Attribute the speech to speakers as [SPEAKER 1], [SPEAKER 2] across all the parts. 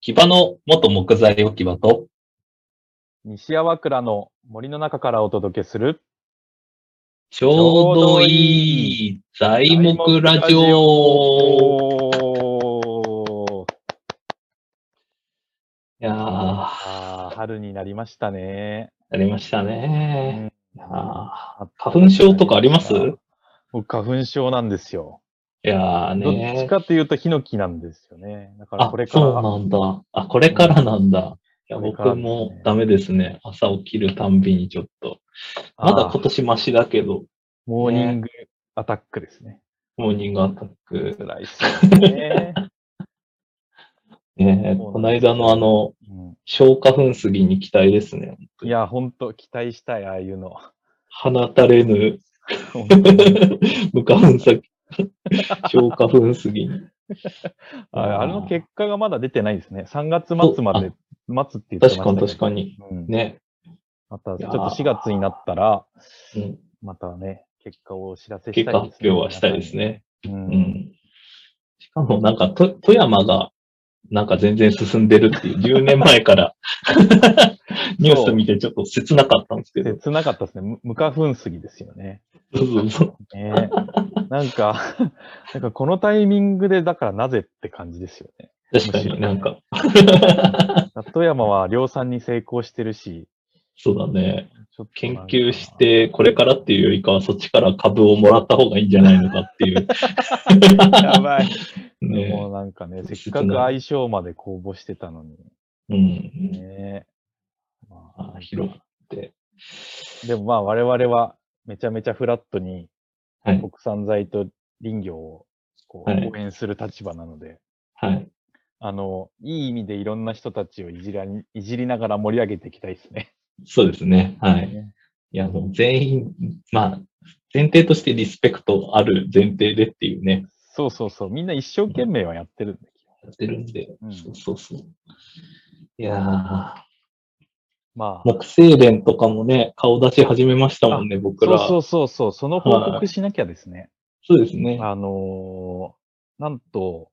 [SPEAKER 1] 木場の元木材置き場と、
[SPEAKER 2] 西粟倉の森の中からお届けする。
[SPEAKER 1] ちょうどいい材木ラジオ。いやー、
[SPEAKER 2] あー春になりましたね。
[SPEAKER 1] やりましたね。いやー
[SPEAKER 2] あ
[SPEAKER 1] 花粉症とかありますい
[SPEAKER 2] 僕、花粉症なんですよ。
[SPEAKER 1] やー
[SPEAKER 2] どっち
[SPEAKER 1] ね。
[SPEAKER 2] かというと、ヒノキなんですよね。だから、
[SPEAKER 1] あ
[SPEAKER 2] これ、から、
[SPEAKER 1] そうなんだ。あ、これからなんだ。いや、
[SPEAKER 2] これ
[SPEAKER 1] 僕
[SPEAKER 2] からですね
[SPEAKER 1] もダメですね。朝起きるたんびにちょっと。まだ
[SPEAKER 2] あー
[SPEAKER 1] 今年マシだけど、
[SPEAKER 2] モーニングアタックですね。
[SPEAKER 1] モーニングアタック。
[SPEAKER 2] 辛いっすよ ね、
[SPEAKER 1] ね、
[SPEAKER 2] そう
[SPEAKER 1] こ
[SPEAKER 2] な
[SPEAKER 1] の
[SPEAKER 2] んですよ
[SPEAKER 1] 間のあの、
[SPEAKER 2] うん
[SPEAKER 1] 消化粉杉に期待ですね。
[SPEAKER 2] いや、ほんと、期待したい、ああいうの。
[SPEAKER 1] 放たれぬ、
[SPEAKER 2] ほんとに
[SPEAKER 1] 無花粉先、消化粉杉に。
[SPEAKER 2] ああれの結果がまだ出てないですね。3月末まで待つって言ってまし
[SPEAKER 1] 確かに
[SPEAKER 2] たけど。
[SPEAKER 1] 確かに。
[SPEAKER 2] うん
[SPEAKER 1] ね。
[SPEAKER 2] また、
[SPEAKER 1] い
[SPEAKER 2] ちょ
[SPEAKER 1] や
[SPEAKER 2] っ
[SPEAKER 1] ー
[SPEAKER 2] と4月になったら、
[SPEAKER 1] うん、
[SPEAKER 2] またね、結果をお知らせした
[SPEAKER 1] 結
[SPEAKER 2] いです、ね。
[SPEAKER 1] 果発表はしたいですね。
[SPEAKER 2] 皆さん
[SPEAKER 1] う
[SPEAKER 2] に。うん。
[SPEAKER 1] ん。しかもなんか、と富山が、なんか全然進んでるっていう、10年前から ニュース見てちょっと切なかったんですけど。
[SPEAKER 2] 切なかったですね。む無花粉すぎですよね。
[SPEAKER 1] そうそうそう。
[SPEAKER 2] ねなんか、 なんかこのタイミングで、だからなぜって感じですよね。
[SPEAKER 1] 確かになんか。
[SPEAKER 2] 富山は量産に成功してるし、
[SPEAKER 1] そうだね。
[SPEAKER 2] ちょっとなん
[SPEAKER 1] 研
[SPEAKER 2] か
[SPEAKER 1] 究し。て、これからっていうよりかは、そっちから株をもらった方がいいんじゃないのかって いう。
[SPEAKER 2] やばい。
[SPEAKER 1] ね
[SPEAKER 2] もうなんかね、せ
[SPEAKER 1] 切
[SPEAKER 2] っ
[SPEAKER 1] な
[SPEAKER 2] か
[SPEAKER 1] い
[SPEAKER 2] く相性まで公募してたのに。
[SPEAKER 1] うん。
[SPEAKER 2] ねま
[SPEAKER 1] あ広くて。
[SPEAKER 2] あでもまあ我々はめちゃめちゃフラットに
[SPEAKER 1] はい。
[SPEAKER 2] 国産材と林業をこう
[SPEAKER 1] はい
[SPEAKER 2] 応援する立場なので、
[SPEAKER 1] はい。
[SPEAKER 2] あの、いい意味でいろんな人たちをいじらにいじりながら盛り上げていきたいですね。
[SPEAKER 1] そうですね。はい。
[SPEAKER 2] ね
[SPEAKER 1] いや、もう全員、まあ、前提としてリスペクトある前提でっていうね、
[SPEAKER 2] そうそうそう。みんな一生懸命はやってるんだけど。
[SPEAKER 1] やってるんで。
[SPEAKER 2] うん
[SPEAKER 1] そうそうそう。いやー、
[SPEAKER 2] まあ、
[SPEAKER 1] 木星連とかもね、顔出し始めましたもんね、僕
[SPEAKER 2] そう
[SPEAKER 1] ら。
[SPEAKER 2] そうそうそう。その報告しなきゃですね。
[SPEAKER 1] そうですね。
[SPEAKER 2] あのーなんと、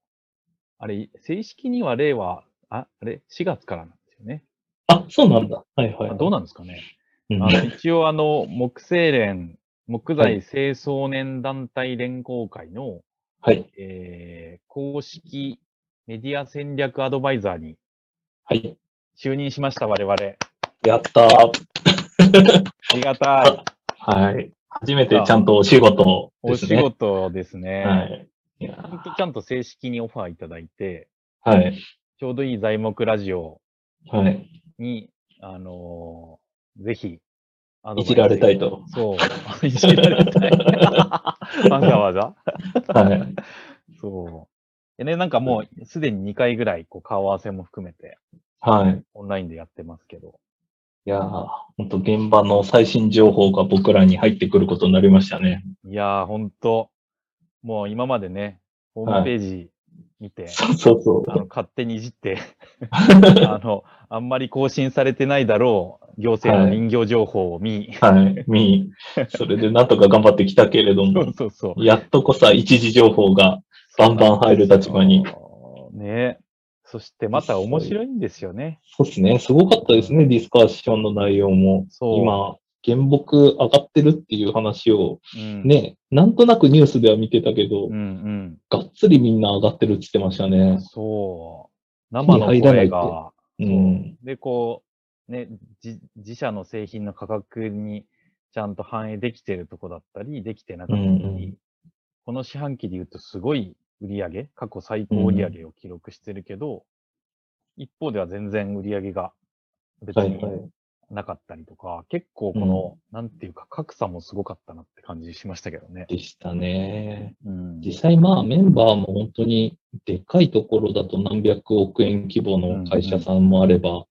[SPEAKER 2] あれ、正式には令和、あ、あれ、4月からなんですよね。
[SPEAKER 1] あ、そうなんだ。はいはい
[SPEAKER 2] あ
[SPEAKER 1] はい。
[SPEAKER 2] どうなんですかね。
[SPEAKER 1] うん
[SPEAKER 2] あの一応、あの、木星連、木材清掃年団体連合会の、
[SPEAKER 1] はい。
[SPEAKER 2] えー公式メディア戦略アドバイザーに
[SPEAKER 1] はい。
[SPEAKER 2] 就任しました、我々。あ
[SPEAKER 1] やったー。
[SPEAKER 2] りがたい。
[SPEAKER 1] はい。初めてちゃんとお仕事
[SPEAKER 2] お
[SPEAKER 1] です
[SPEAKER 2] 仕
[SPEAKER 1] ね。
[SPEAKER 2] 事ですね。
[SPEAKER 1] はい。いや
[SPEAKER 2] ほんとちゃんと正式にオファーいただいて、
[SPEAKER 1] はい。
[SPEAKER 2] ちょうどいい材木ラジオ
[SPEAKER 1] はい。
[SPEAKER 2] に、あのーぜひ、あ
[SPEAKER 1] いじられたい。と。
[SPEAKER 2] そう。 いじられ たい。わざわざ。
[SPEAKER 1] はい。
[SPEAKER 2] そう。でね、なんかもう、すでに2回ぐらい、こう、顔合わせも含めて、
[SPEAKER 1] はい。
[SPEAKER 2] オンラインでやってますけど。
[SPEAKER 1] いやー、本当現場の最新情報が僕らに入ってくることになりましたね。
[SPEAKER 2] いやー、ほんと、もう今までね、ホームページ見て、
[SPEAKER 1] そうそうそ
[SPEAKER 2] あの勝手にい じって、あの、あんまり更新されてないだろう、行政の
[SPEAKER 1] はい
[SPEAKER 2] 人形情報を見、
[SPEAKER 1] う。はい。み、それでなんとか頑張ってきたけれど
[SPEAKER 2] そう
[SPEAKER 1] も、
[SPEAKER 2] そうそう。
[SPEAKER 1] やっとこさ、一時情報が、バンバン入る立場に。
[SPEAKER 2] ねそしてまた面白いんですよね。
[SPEAKER 1] そうですね。すごかったですね、ディスカッションの内容も。
[SPEAKER 2] そう
[SPEAKER 1] 今、原木上がってるっていう話を、
[SPEAKER 2] うん。
[SPEAKER 1] ね、なんとなくニュースでは見てたけど、
[SPEAKER 2] うん
[SPEAKER 1] がっつりみんな上がってるって言ってました
[SPEAKER 2] うん。
[SPEAKER 1] ね。
[SPEAKER 2] そう。生の声が、
[SPEAKER 1] うん。
[SPEAKER 2] で、こう、ね、じ自社の製品の価格にちゃんと反映できてるとこだったり、できてなかったり、
[SPEAKER 1] うんうん
[SPEAKER 2] この四半期で言うとすごい売り上げ、過去最高売り上げを記録してるけど、一方では全然売り上げが別
[SPEAKER 1] はい
[SPEAKER 2] に
[SPEAKER 1] はい。
[SPEAKER 2] なかったりとか、結構この、なんていうか格差もすごかったなって感じしましたけどね。
[SPEAKER 1] でしたね。
[SPEAKER 2] うん
[SPEAKER 1] 実際まあメンバーも本当にでっかいところだと何百億円規模の会社さんもあれば、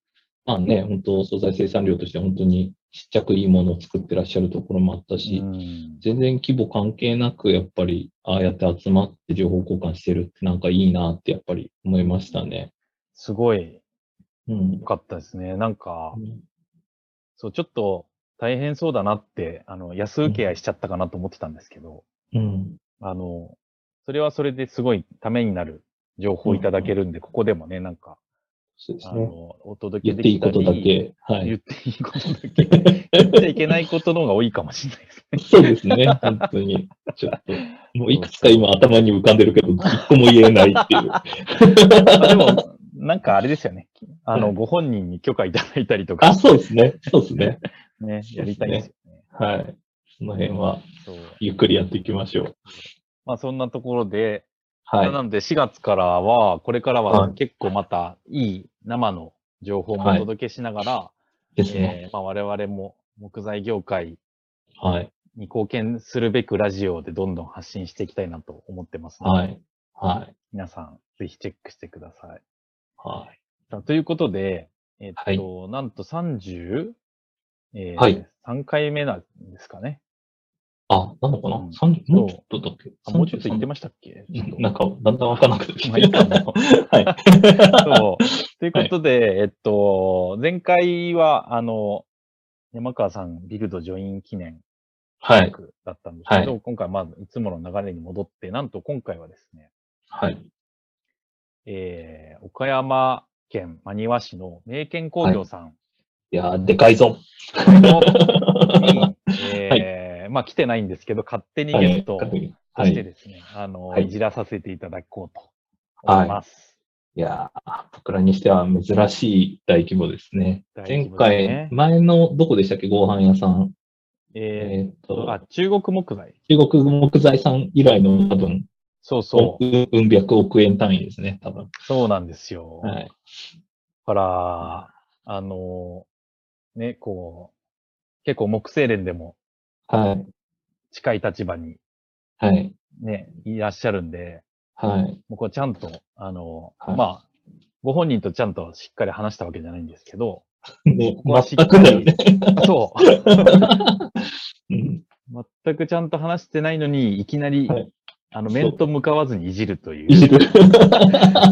[SPEAKER 1] まあね、本当素材生産量として本当にちっちゃくいいものを作ってらっしゃるところもあったし、
[SPEAKER 2] うん
[SPEAKER 1] 全然規模関係なくやっぱりああやって集まって情報交換してるってなんかいいなってやっぱり思いましたね。
[SPEAKER 2] すごい
[SPEAKER 1] うん
[SPEAKER 2] 良。かったですね。なんか、そう、ちょっと大変そうだなって、あの、安請け合いしちゃったかなと思ってたんですけど、
[SPEAKER 1] うん。
[SPEAKER 2] あの、それはそれですごいためになる情報をいただけるんで、ここでもね、なんか、
[SPEAKER 1] そうです
[SPEAKER 2] あ
[SPEAKER 1] ね。
[SPEAKER 2] の、お届
[SPEAKER 1] 言
[SPEAKER 2] け
[SPEAKER 1] っ
[SPEAKER 2] で
[SPEAKER 1] てい
[SPEAKER 2] き
[SPEAKER 1] い
[SPEAKER 2] た
[SPEAKER 1] こ
[SPEAKER 2] り
[SPEAKER 1] とだ。け。はい
[SPEAKER 2] 言。っていいことだけ。言っちゃいけないことの方が多いかもしれないですね。
[SPEAKER 1] そうですね、本当に。ちょっと、もういくつか今頭に浮かんでるけど、一個も言えないっていう。
[SPEAKER 2] まあでも、なんかあれですよね。あ
[SPEAKER 1] は
[SPEAKER 2] の、
[SPEAKER 1] い
[SPEAKER 2] ご本人に許可いただいたりとか
[SPEAKER 1] あ、、そうですね、そうですね。
[SPEAKER 2] ね、やりたいですよね。
[SPEAKER 1] はい。その辺は、
[SPEAKER 2] そう。
[SPEAKER 1] ゆっくりやっていきましょう。
[SPEAKER 2] まあそんなところで、
[SPEAKER 1] はい。
[SPEAKER 2] なので4月からは、これから
[SPEAKER 1] は
[SPEAKER 2] はい結構またいい生の情報もお届けしながら、
[SPEAKER 1] ですね。
[SPEAKER 2] えーまあ、我々も木材業界
[SPEAKER 1] はい。
[SPEAKER 2] に貢献するべくラジオでどんどん発信していきたいなと思ってますので、
[SPEAKER 1] はい。はい。
[SPEAKER 2] 皆さんぜひチェックしてください。
[SPEAKER 1] は
[SPEAKER 2] さあということで、えっと、なんと 30?、えー
[SPEAKER 1] はい
[SPEAKER 2] 3回目なんですかね。
[SPEAKER 1] あ、なのかな、
[SPEAKER 2] うん
[SPEAKER 1] 三十もうちょっとだけ。
[SPEAKER 2] あもうちょっと言って
[SPEAKER 1] ま
[SPEAKER 2] ましたっけ
[SPEAKER 1] なんか、だんだんわからなくてき
[SPEAKER 2] まあいいかも
[SPEAKER 1] は
[SPEAKER 2] そう。ということで、えっと、前回は、あの、山川さんビルドジョイン記念
[SPEAKER 1] い。 はい。
[SPEAKER 2] 企画だったんですけど、今回、まあ、いつもの流れに戻って、なんと今回はですね、
[SPEAKER 1] はい。
[SPEAKER 2] えー、岡山県真庭市の名県工業さん
[SPEAKER 1] いやー、でかいぞ。
[SPEAKER 2] のに、えーまあ、来 てないんですけど、勝手にゲスト
[SPEAKER 1] はい
[SPEAKER 2] と
[SPEAKER 1] は
[SPEAKER 2] して
[SPEAKER 1] い。
[SPEAKER 2] ですね、あの、
[SPEAKER 1] はい
[SPEAKER 2] い、じらさせていただこうと思います。
[SPEAKER 1] いやー、僕らにしては珍しい大規模ですね。
[SPEAKER 2] 大
[SPEAKER 1] 前
[SPEAKER 2] 規模ですね
[SPEAKER 1] 回、前のどこでしたっけご飯屋さん。
[SPEAKER 2] え
[SPEAKER 1] えーっ
[SPEAKER 2] ー
[SPEAKER 1] と
[SPEAKER 2] あ、、中国木材
[SPEAKER 1] 中国木材さん以来の多分、
[SPEAKER 2] そうそう。
[SPEAKER 1] う。うん、百億円単位ですね、多分。
[SPEAKER 2] そうなんですよ。だ
[SPEAKER 1] はい。
[SPEAKER 2] から、あの、ね、こう、結構木星連でも
[SPEAKER 1] はい。
[SPEAKER 2] 近い立場に
[SPEAKER 1] はい。
[SPEAKER 2] ね、いらっしゃるんで、
[SPEAKER 1] はい。
[SPEAKER 2] もうこうちゃんと、あの、
[SPEAKER 1] はい
[SPEAKER 2] まあ、ご本人とちゃんとしっかり話したわけじゃないんですけど、
[SPEAKER 1] ね
[SPEAKER 2] ここは、しっか
[SPEAKER 1] 全
[SPEAKER 2] り
[SPEAKER 1] くだよね。
[SPEAKER 2] そう、
[SPEAKER 1] うん。
[SPEAKER 2] 全くちゃんと話してないのに、いきなり、
[SPEAKER 1] はい
[SPEAKER 2] あの、面と向かわずにいじるとい、
[SPEAKER 1] いうじる。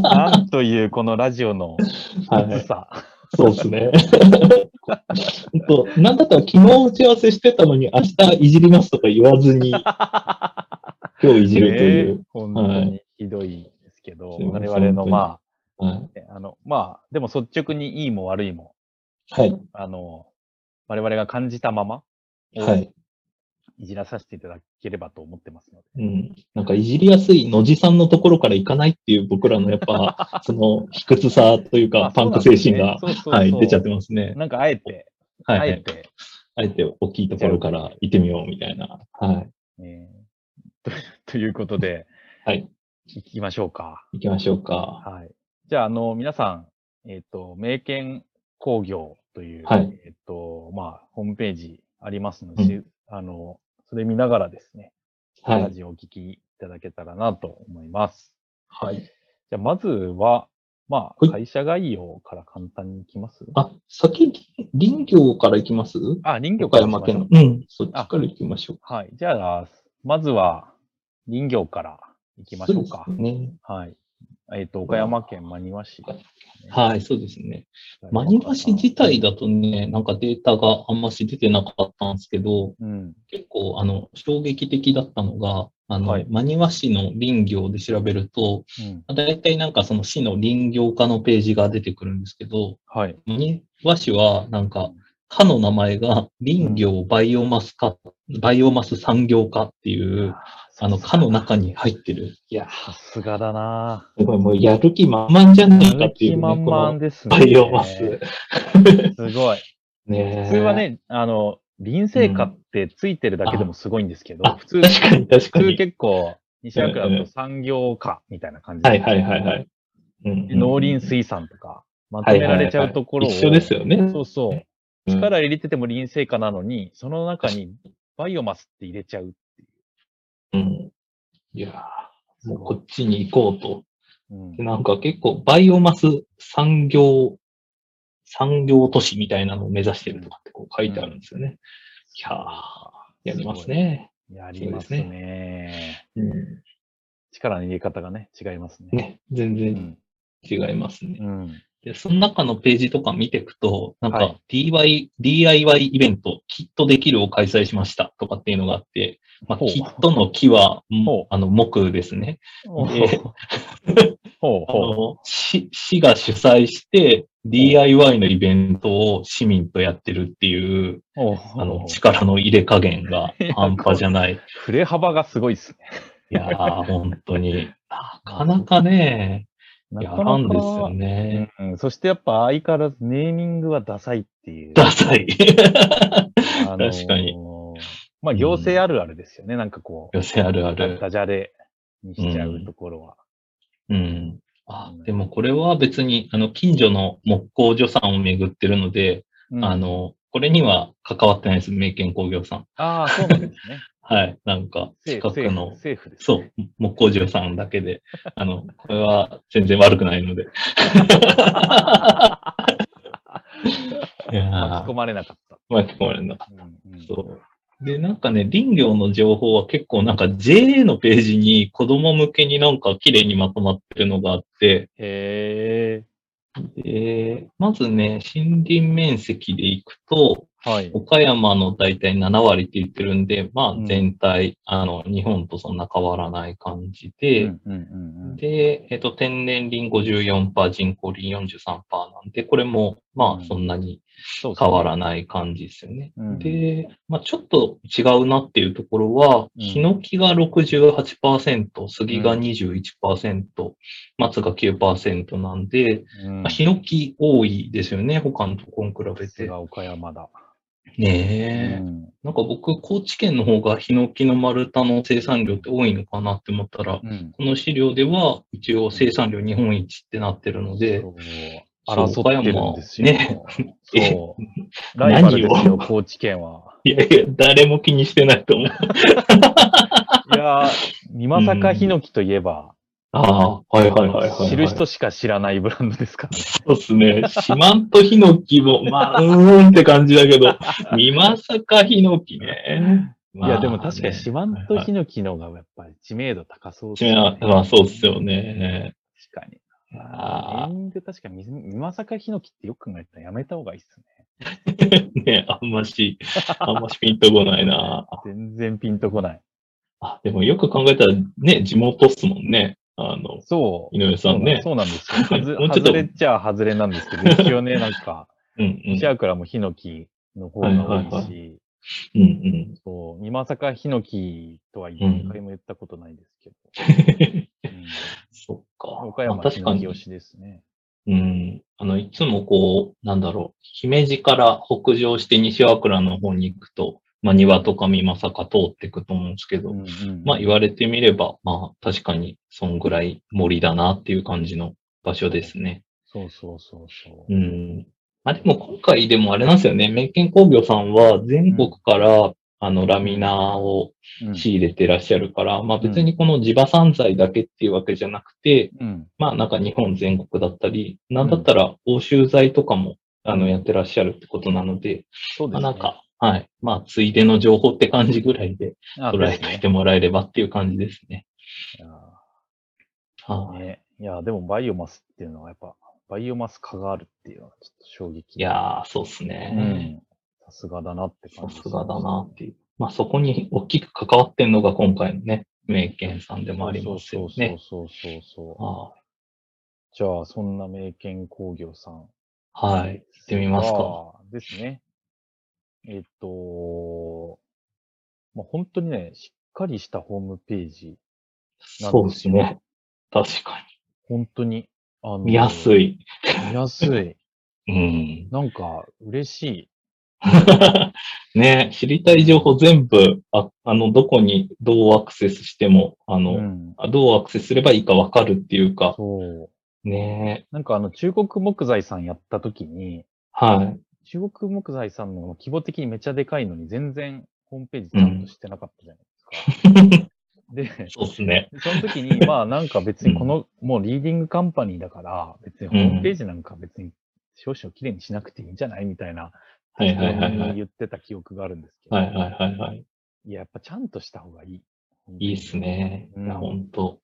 [SPEAKER 2] なんというこのラジオの
[SPEAKER 1] はい
[SPEAKER 2] 熱さ、
[SPEAKER 1] そうですね。 本当なんだったら昨日打ち合わせしてたのに明日いじりますとか言わず に、今日いじると い
[SPEAKER 2] ね
[SPEAKER 1] う。、
[SPEAKER 2] 本当にひどいですけど、
[SPEAKER 1] すいませ
[SPEAKER 2] 我
[SPEAKER 1] ん本当
[SPEAKER 2] 々の、
[SPEAKER 1] に
[SPEAKER 2] まあ、
[SPEAKER 1] はい。
[SPEAKER 2] ねあの、まあ、でも率直にいいも悪いも、
[SPEAKER 1] はい。
[SPEAKER 2] あの、我々が感じたまま、
[SPEAKER 1] はい。
[SPEAKER 2] いじらさせていただければと思ってますので。
[SPEAKER 1] うん。なんかいじりやすい野地さんのところから行かないっていう僕らのやっ ぱ、その卑屈さという
[SPEAKER 2] ま
[SPEAKER 1] か
[SPEAKER 2] あ、
[SPEAKER 1] パンク精神が、
[SPEAKER 2] そうなんですね
[SPEAKER 1] はい、出ちゃって
[SPEAKER 2] ま
[SPEAKER 1] ますね。
[SPEAKER 2] なんか、あえて、
[SPEAKER 1] はいは
[SPEAKER 2] あえ
[SPEAKER 1] い。
[SPEAKER 2] て、
[SPEAKER 1] あえて大きいところから行ってみようみたいな。はい。
[SPEAKER 2] えーと ということで、
[SPEAKER 1] はい。
[SPEAKER 2] 行きましょうか。
[SPEAKER 1] 行きましょうか。
[SPEAKER 2] はい。じゃあ、あの、皆さん、えっ、と、名犬工業という、
[SPEAKER 1] はい
[SPEAKER 2] えっ、と、まあ、ホームページありますの
[SPEAKER 1] う
[SPEAKER 2] で、あの、それ見ながらですね、
[SPEAKER 1] は
[SPEAKER 2] ラ
[SPEAKER 1] い。
[SPEAKER 2] ジオをお聞きいただけたらなと思います。
[SPEAKER 1] はい。
[SPEAKER 2] じゃあ、まずは、ま
[SPEAKER 1] は
[SPEAKER 2] あ、
[SPEAKER 1] い
[SPEAKER 2] 会社概要から簡単にいきます。
[SPEAKER 1] あ、先、林業から行きます
[SPEAKER 2] あ、林業
[SPEAKER 1] 岡
[SPEAKER 2] から
[SPEAKER 1] 山
[SPEAKER 2] 行きまし
[SPEAKER 1] 県
[SPEAKER 2] ょう
[SPEAKER 1] の。うん。そっちから行きましょう。
[SPEAKER 2] はい。じゃあ、まずは、林業からいきましょうか
[SPEAKER 1] そ。ですね。
[SPEAKER 2] はい。えっ、と、岡山県真庭市。
[SPEAKER 1] はい、そうですね。マニマ市自体だとね、なんかデータがあんまし出てなかったんですけど、
[SPEAKER 2] うん。
[SPEAKER 1] 結構あの衝撃的だったのが、あの、
[SPEAKER 2] はい
[SPEAKER 1] マニマ市の林業で調べると、
[SPEAKER 2] うん。
[SPEAKER 1] だいたいなんかその市の林業家のページが出てくるんですけど、
[SPEAKER 2] はい。
[SPEAKER 1] マニマ市はなんか、課の名前が林業バイオマス化、バイオマス産業化っていう、あの、課の中に入ってる。いや、
[SPEAKER 2] さすがだな
[SPEAKER 1] すごいもうやる気満々じゃないか
[SPEAKER 2] ぁ。
[SPEAKER 1] っていう、ね、
[SPEAKER 2] 満
[SPEAKER 1] この
[SPEAKER 2] 々ですね。
[SPEAKER 1] バイオマ ス。
[SPEAKER 2] すごい。
[SPEAKER 1] ねえ
[SPEAKER 2] 普通は、ね、あの、林生化ってついてるだけでもすごいんですけど、
[SPEAKER 1] あ
[SPEAKER 2] 普通、
[SPEAKER 1] 確かに確か
[SPEAKER 2] 普通
[SPEAKER 1] に。
[SPEAKER 2] 結構、西役だ
[SPEAKER 1] うんう
[SPEAKER 2] と
[SPEAKER 1] ん
[SPEAKER 2] 産業化みたいな感じで、
[SPEAKER 1] はいはいはいはい。うんうんうん
[SPEAKER 2] 農林水産とか、まとめられちゃうところを、
[SPEAKER 1] はいはいはい一緒ですよね。
[SPEAKER 2] そうそう、
[SPEAKER 1] うん
[SPEAKER 2] 力入れてても林生化なのに、その中にバイオマスって入れちゃう。
[SPEAKER 1] うんいやーもうこっちに行こうと。
[SPEAKER 2] うん
[SPEAKER 1] でなんか結構バイオマス産業、産業都市みたいなのを目指してるとかってこう書いてあるんですよね。いやーやりますね。
[SPEAKER 2] やります
[SPEAKER 1] そうです
[SPEAKER 2] ね。
[SPEAKER 1] うん
[SPEAKER 2] 力の入れ方がね、違いますね。
[SPEAKER 1] ね、全
[SPEAKER 2] う
[SPEAKER 1] 然
[SPEAKER 2] ん。
[SPEAKER 1] 違いますね
[SPEAKER 2] う。ん。
[SPEAKER 1] で、その中のページとか見ていくと、なん
[SPEAKER 2] は
[SPEAKER 1] か DIY、DIY イベント、キットできるを開催しましたとかっていうのがあって、まあ、
[SPEAKER 2] ほう
[SPEAKER 1] キットの木は、うん
[SPEAKER 2] ほう
[SPEAKER 1] あの、木ですね。
[SPEAKER 2] ほう
[SPEAKER 1] で
[SPEAKER 2] ほう
[SPEAKER 1] あ
[SPEAKER 2] ほう。
[SPEAKER 1] の市市が主催して DIY のイベントを市民とやってるっていう、
[SPEAKER 2] ほうほう
[SPEAKER 1] あの、力の入れ加減 が半端じゃない。
[SPEAKER 2] 触れ幅がすごいっすね。
[SPEAKER 1] いやー、本当に。なかなかね、
[SPEAKER 2] な
[SPEAKER 1] や
[SPEAKER 2] かなから
[SPEAKER 1] んですよね。
[SPEAKER 2] うん、そしてやっぱ相変わらずネーミングはダサいっていう。
[SPEAKER 1] ダサい。
[SPEAKER 2] あのー
[SPEAKER 1] 確かに。
[SPEAKER 2] まあ行政あるあるですよね。なんかこう、
[SPEAKER 1] 寄せあるある。
[SPEAKER 2] ダジャレにしちゃうところは。
[SPEAKER 1] うん。あ、でもこれは別に、あの、近所の木工所さんを巡ってるので、
[SPEAKER 2] うん
[SPEAKER 1] あ、の、これには関わってないです。名犬工業さん。
[SPEAKER 2] ああ、そうなんですね。
[SPEAKER 1] はい。なんか、
[SPEAKER 2] セー
[SPEAKER 1] 近
[SPEAKER 2] フ、
[SPEAKER 1] くの、
[SPEAKER 2] セーフです、
[SPEAKER 1] そ
[SPEAKER 2] ね。
[SPEAKER 1] う、木工所さんだけ で、あの、これは全然悪くないので。いや
[SPEAKER 2] 巻き込
[SPEAKER 1] ー
[SPEAKER 2] まれなかった。
[SPEAKER 1] 巻き込まれるな。
[SPEAKER 2] うんうん
[SPEAKER 1] そう。で、なんかね、林業の情報は結構なんか JA のページに子供向けになんか綺麗にまとまってるのがあって、
[SPEAKER 2] へ
[SPEAKER 1] でまずね、森林面積でいくと、
[SPEAKER 2] え。はい。
[SPEAKER 1] 岡山の大体7割って言ってるんで、ま
[SPEAKER 2] う
[SPEAKER 1] あ
[SPEAKER 2] ん
[SPEAKER 1] 全体、あの、日本とそんな変わらない感じで、
[SPEAKER 2] うんうんうんうん
[SPEAKER 1] で、えっと、天然林54%、人工林43%なんで、これも、ま
[SPEAKER 2] う
[SPEAKER 1] あ、
[SPEAKER 2] ん
[SPEAKER 1] そんなに
[SPEAKER 2] そうですね
[SPEAKER 1] 変わらない感じですよね。
[SPEAKER 2] うん
[SPEAKER 1] で、まあ、ちょっと違うなっていうところは、
[SPEAKER 2] ん
[SPEAKER 1] ヒノキが68%、杉が21%、松が9%なんで、
[SPEAKER 2] うん
[SPEAKER 1] まあ、ヒノキ多いですよね、他のところに比べ
[SPEAKER 2] さす
[SPEAKER 1] て。
[SPEAKER 2] が岡山だ。
[SPEAKER 1] ねえ。
[SPEAKER 2] うん
[SPEAKER 1] なんか僕、高知県の方がヒノキの丸太の生産量って多いのかなって思ったら、
[SPEAKER 2] うん
[SPEAKER 1] この資料では一応生産量日本一ってなってるので
[SPEAKER 2] そ、う争ってるんですよ。
[SPEAKER 1] 岡山
[SPEAKER 2] そう。ライバルで すよ、高知県は。
[SPEAKER 1] いやいや、誰も気にしてないと思う。
[SPEAKER 2] いやー、美まさかヒノキといえば、
[SPEAKER 1] ああ、はいはいはいはい、
[SPEAKER 2] 知る人しか知らないブランドですからね。
[SPEAKER 1] そうですね。四万とヒノキも、 まあ、うーんって感じだけど、美まさかヒノキね。
[SPEAKER 2] いや、でも確かに
[SPEAKER 1] し
[SPEAKER 2] 四万とヒノキの方がやっぱり知名度高そうです
[SPEAKER 1] ま
[SPEAKER 2] ね
[SPEAKER 1] あ、まあ、そうですよ。ね。
[SPEAKER 2] 確かに。ネ
[SPEAKER 1] あ
[SPEAKER 2] ーミング確かに、美まさかヒノキってよく考えたらやめた方がいいっすね。
[SPEAKER 1] あ、 ね、あんまし、あんましピンとこないな。
[SPEAKER 2] 全然ピンとこない。
[SPEAKER 1] あ、でもよく考えたら、ね、地元っすもんね。あの、
[SPEAKER 2] そう。
[SPEAKER 1] 井上さんね。
[SPEAKER 2] そうなんですよ。はず
[SPEAKER 1] もうちょっと
[SPEAKER 2] 外れっちゃ外れなんですけど、一応ね、なんか、
[SPEAKER 1] うんうん。
[SPEAKER 2] シアクラもヒノキの方が
[SPEAKER 1] は
[SPEAKER 2] 多
[SPEAKER 1] いはい
[SPEAKER 2] い
[SPEAKER 1] は
[SPEAKER 2] し、
[SPEAKER 1] うんうん。
[SPEAKER 2] そう、にまさかヒノキとは一
[SPEAKER 1] うん
[SPEAKER 2] 回も言ったことないですけど、 うん
[SPEAKER 1] そっか。
[SPEAKER 2] 岡
[SPEAKER 1] ま
[SPEAKER 2] 山
[SPEAKER 1] あ
[SPEAKER 2] は
[SPEAKER 1] 確
[SPEAKER 2] ヒ
[SPEAKER 1] か
[SPEAKER 2] ノキ
[SPEAKER 1] に
[SPEAKER 2] 推。しですね。
[SPEAKER 1] うん。あの、いつもこう、なんだろう、姫路から北上して西和倉の方に行くと、まあ、庭とか三まさか通っていくと思うんですけど、
[SPEAKER 2] うんうん
[SPEAKER 1] まあ、言われてみれば、まあ、確かに、そんぐらい森だなっていう感じの場所ですね。
[SPEAKER 2] そうそうそうそうう。
[SPEAKER 1] ん。まあ、でも今回でもあれなんですよね、名犬工業さんは全国から、あの、ラミナーを
[SPEAKER 2] うん
[SPEAKER 1] 仕入れてらっしゃるから、まあ別にこの地場産材だけっていうわけじゃなくて、
[SPEAKER 2] うん
[SPEAKER 1] まあなんか日本全国だったり、なんだったら欧州材とかも、あのやってらっしゃるってことなので、
[SPEAKER 2] そうで
[SPEAKER 1] ますあな
[SPEAKER 2] ね。
[SPEAKER 1] んか、はい。まあついでの情報って感じぐらいで
[SPEAKER 2] あ、そう
[SPEAKER 1] 捉え
[SPEAKER 2] です
[SPEAKER 1] ておい
[SPEAKER 2] ね
[SPEAKER 1] てもらえればっていう感じですね。
[SPEAKER 2] いや
[SPEAKER 1] はい。
[SPEAKER 2] ねいや、でもバイオマスっていうのはやっぱ、バイオマス化があるっていうのはちょっと衝撃。
[SPEAKER 1] いやー、そうです
[SPEAKER 2] う
[SPEAKER 1] ね。
[SPEAKER 2] ん、さすがだなって感
[SPEAKER 1] さ
[SPEAKER 2] じ。
[SPEAKER 1] すがだなっていう。まあそこに大きく関わってんのが今回のね、名犬さんでもありますよね。
[SPEAKER 2] そうそうそうそうそう。
[SPEAKER 1] は
[SPEAKER 2] じゃあ、そんな名犬工業さん。
[SPEAKER 1] いはい。行ってみますか。
[SPEAKER 2] あー。ですね。えっと、まあ、本当にね、しっかりしたホームページ。
[SPEAKER 1] そうですね。確か
[SPEAKER 2] 本当に。あの
[SPEAKER 1] に。見やす
[SPEAKER 2] い。
[SPEAKER 1] い。
[SPEAKER 2] 見やすい。
[SPEAKER 1] うん。
[SPEAKER 2] なんか、嬉しい。
[SPEAKER 1] ね知りたい情報全部、ああの、どこにどうアクセスしても、あ
[SPEAKER 2] う
[SPEAKER 1] の、
[SPEAKER 2] ん。
[SPEAKER 1] あどうアクセスすればいいかわかるっていうか、
[SPEAKER 2] そう。
[SPEAKER 1] ね
[SPEAKER 2] なんか、あの、中国木材さんやった時に、
[SPEAKER 1] はい。
[SPEAKER 2] 中国木材さんの規模的にめちゃでかいのに、全然ホームページちゃんとしてなかったじゃないですか。で、
[SPEAKER 1] そうですね。
[SPEAKER 2] でその時に、まあなんか別にこの、もうリーディングカンパニーだから、別にホームページなんか別に少々きれいにしなくていいんじゃないみたいな、
[SPEAKER 1] はいはいはいはい。
[SPEAKER 2] 言ってた記憶があるんですけど、
[SPEAKER 1] はいはいはいはい。
[SPEAKER 2] いや、やっぱちゃんとした方がいい。
[SPEAKER 1] いいっすね。
[SPEAKER 2] うん
[SPEAKER 1] いや、ほんと。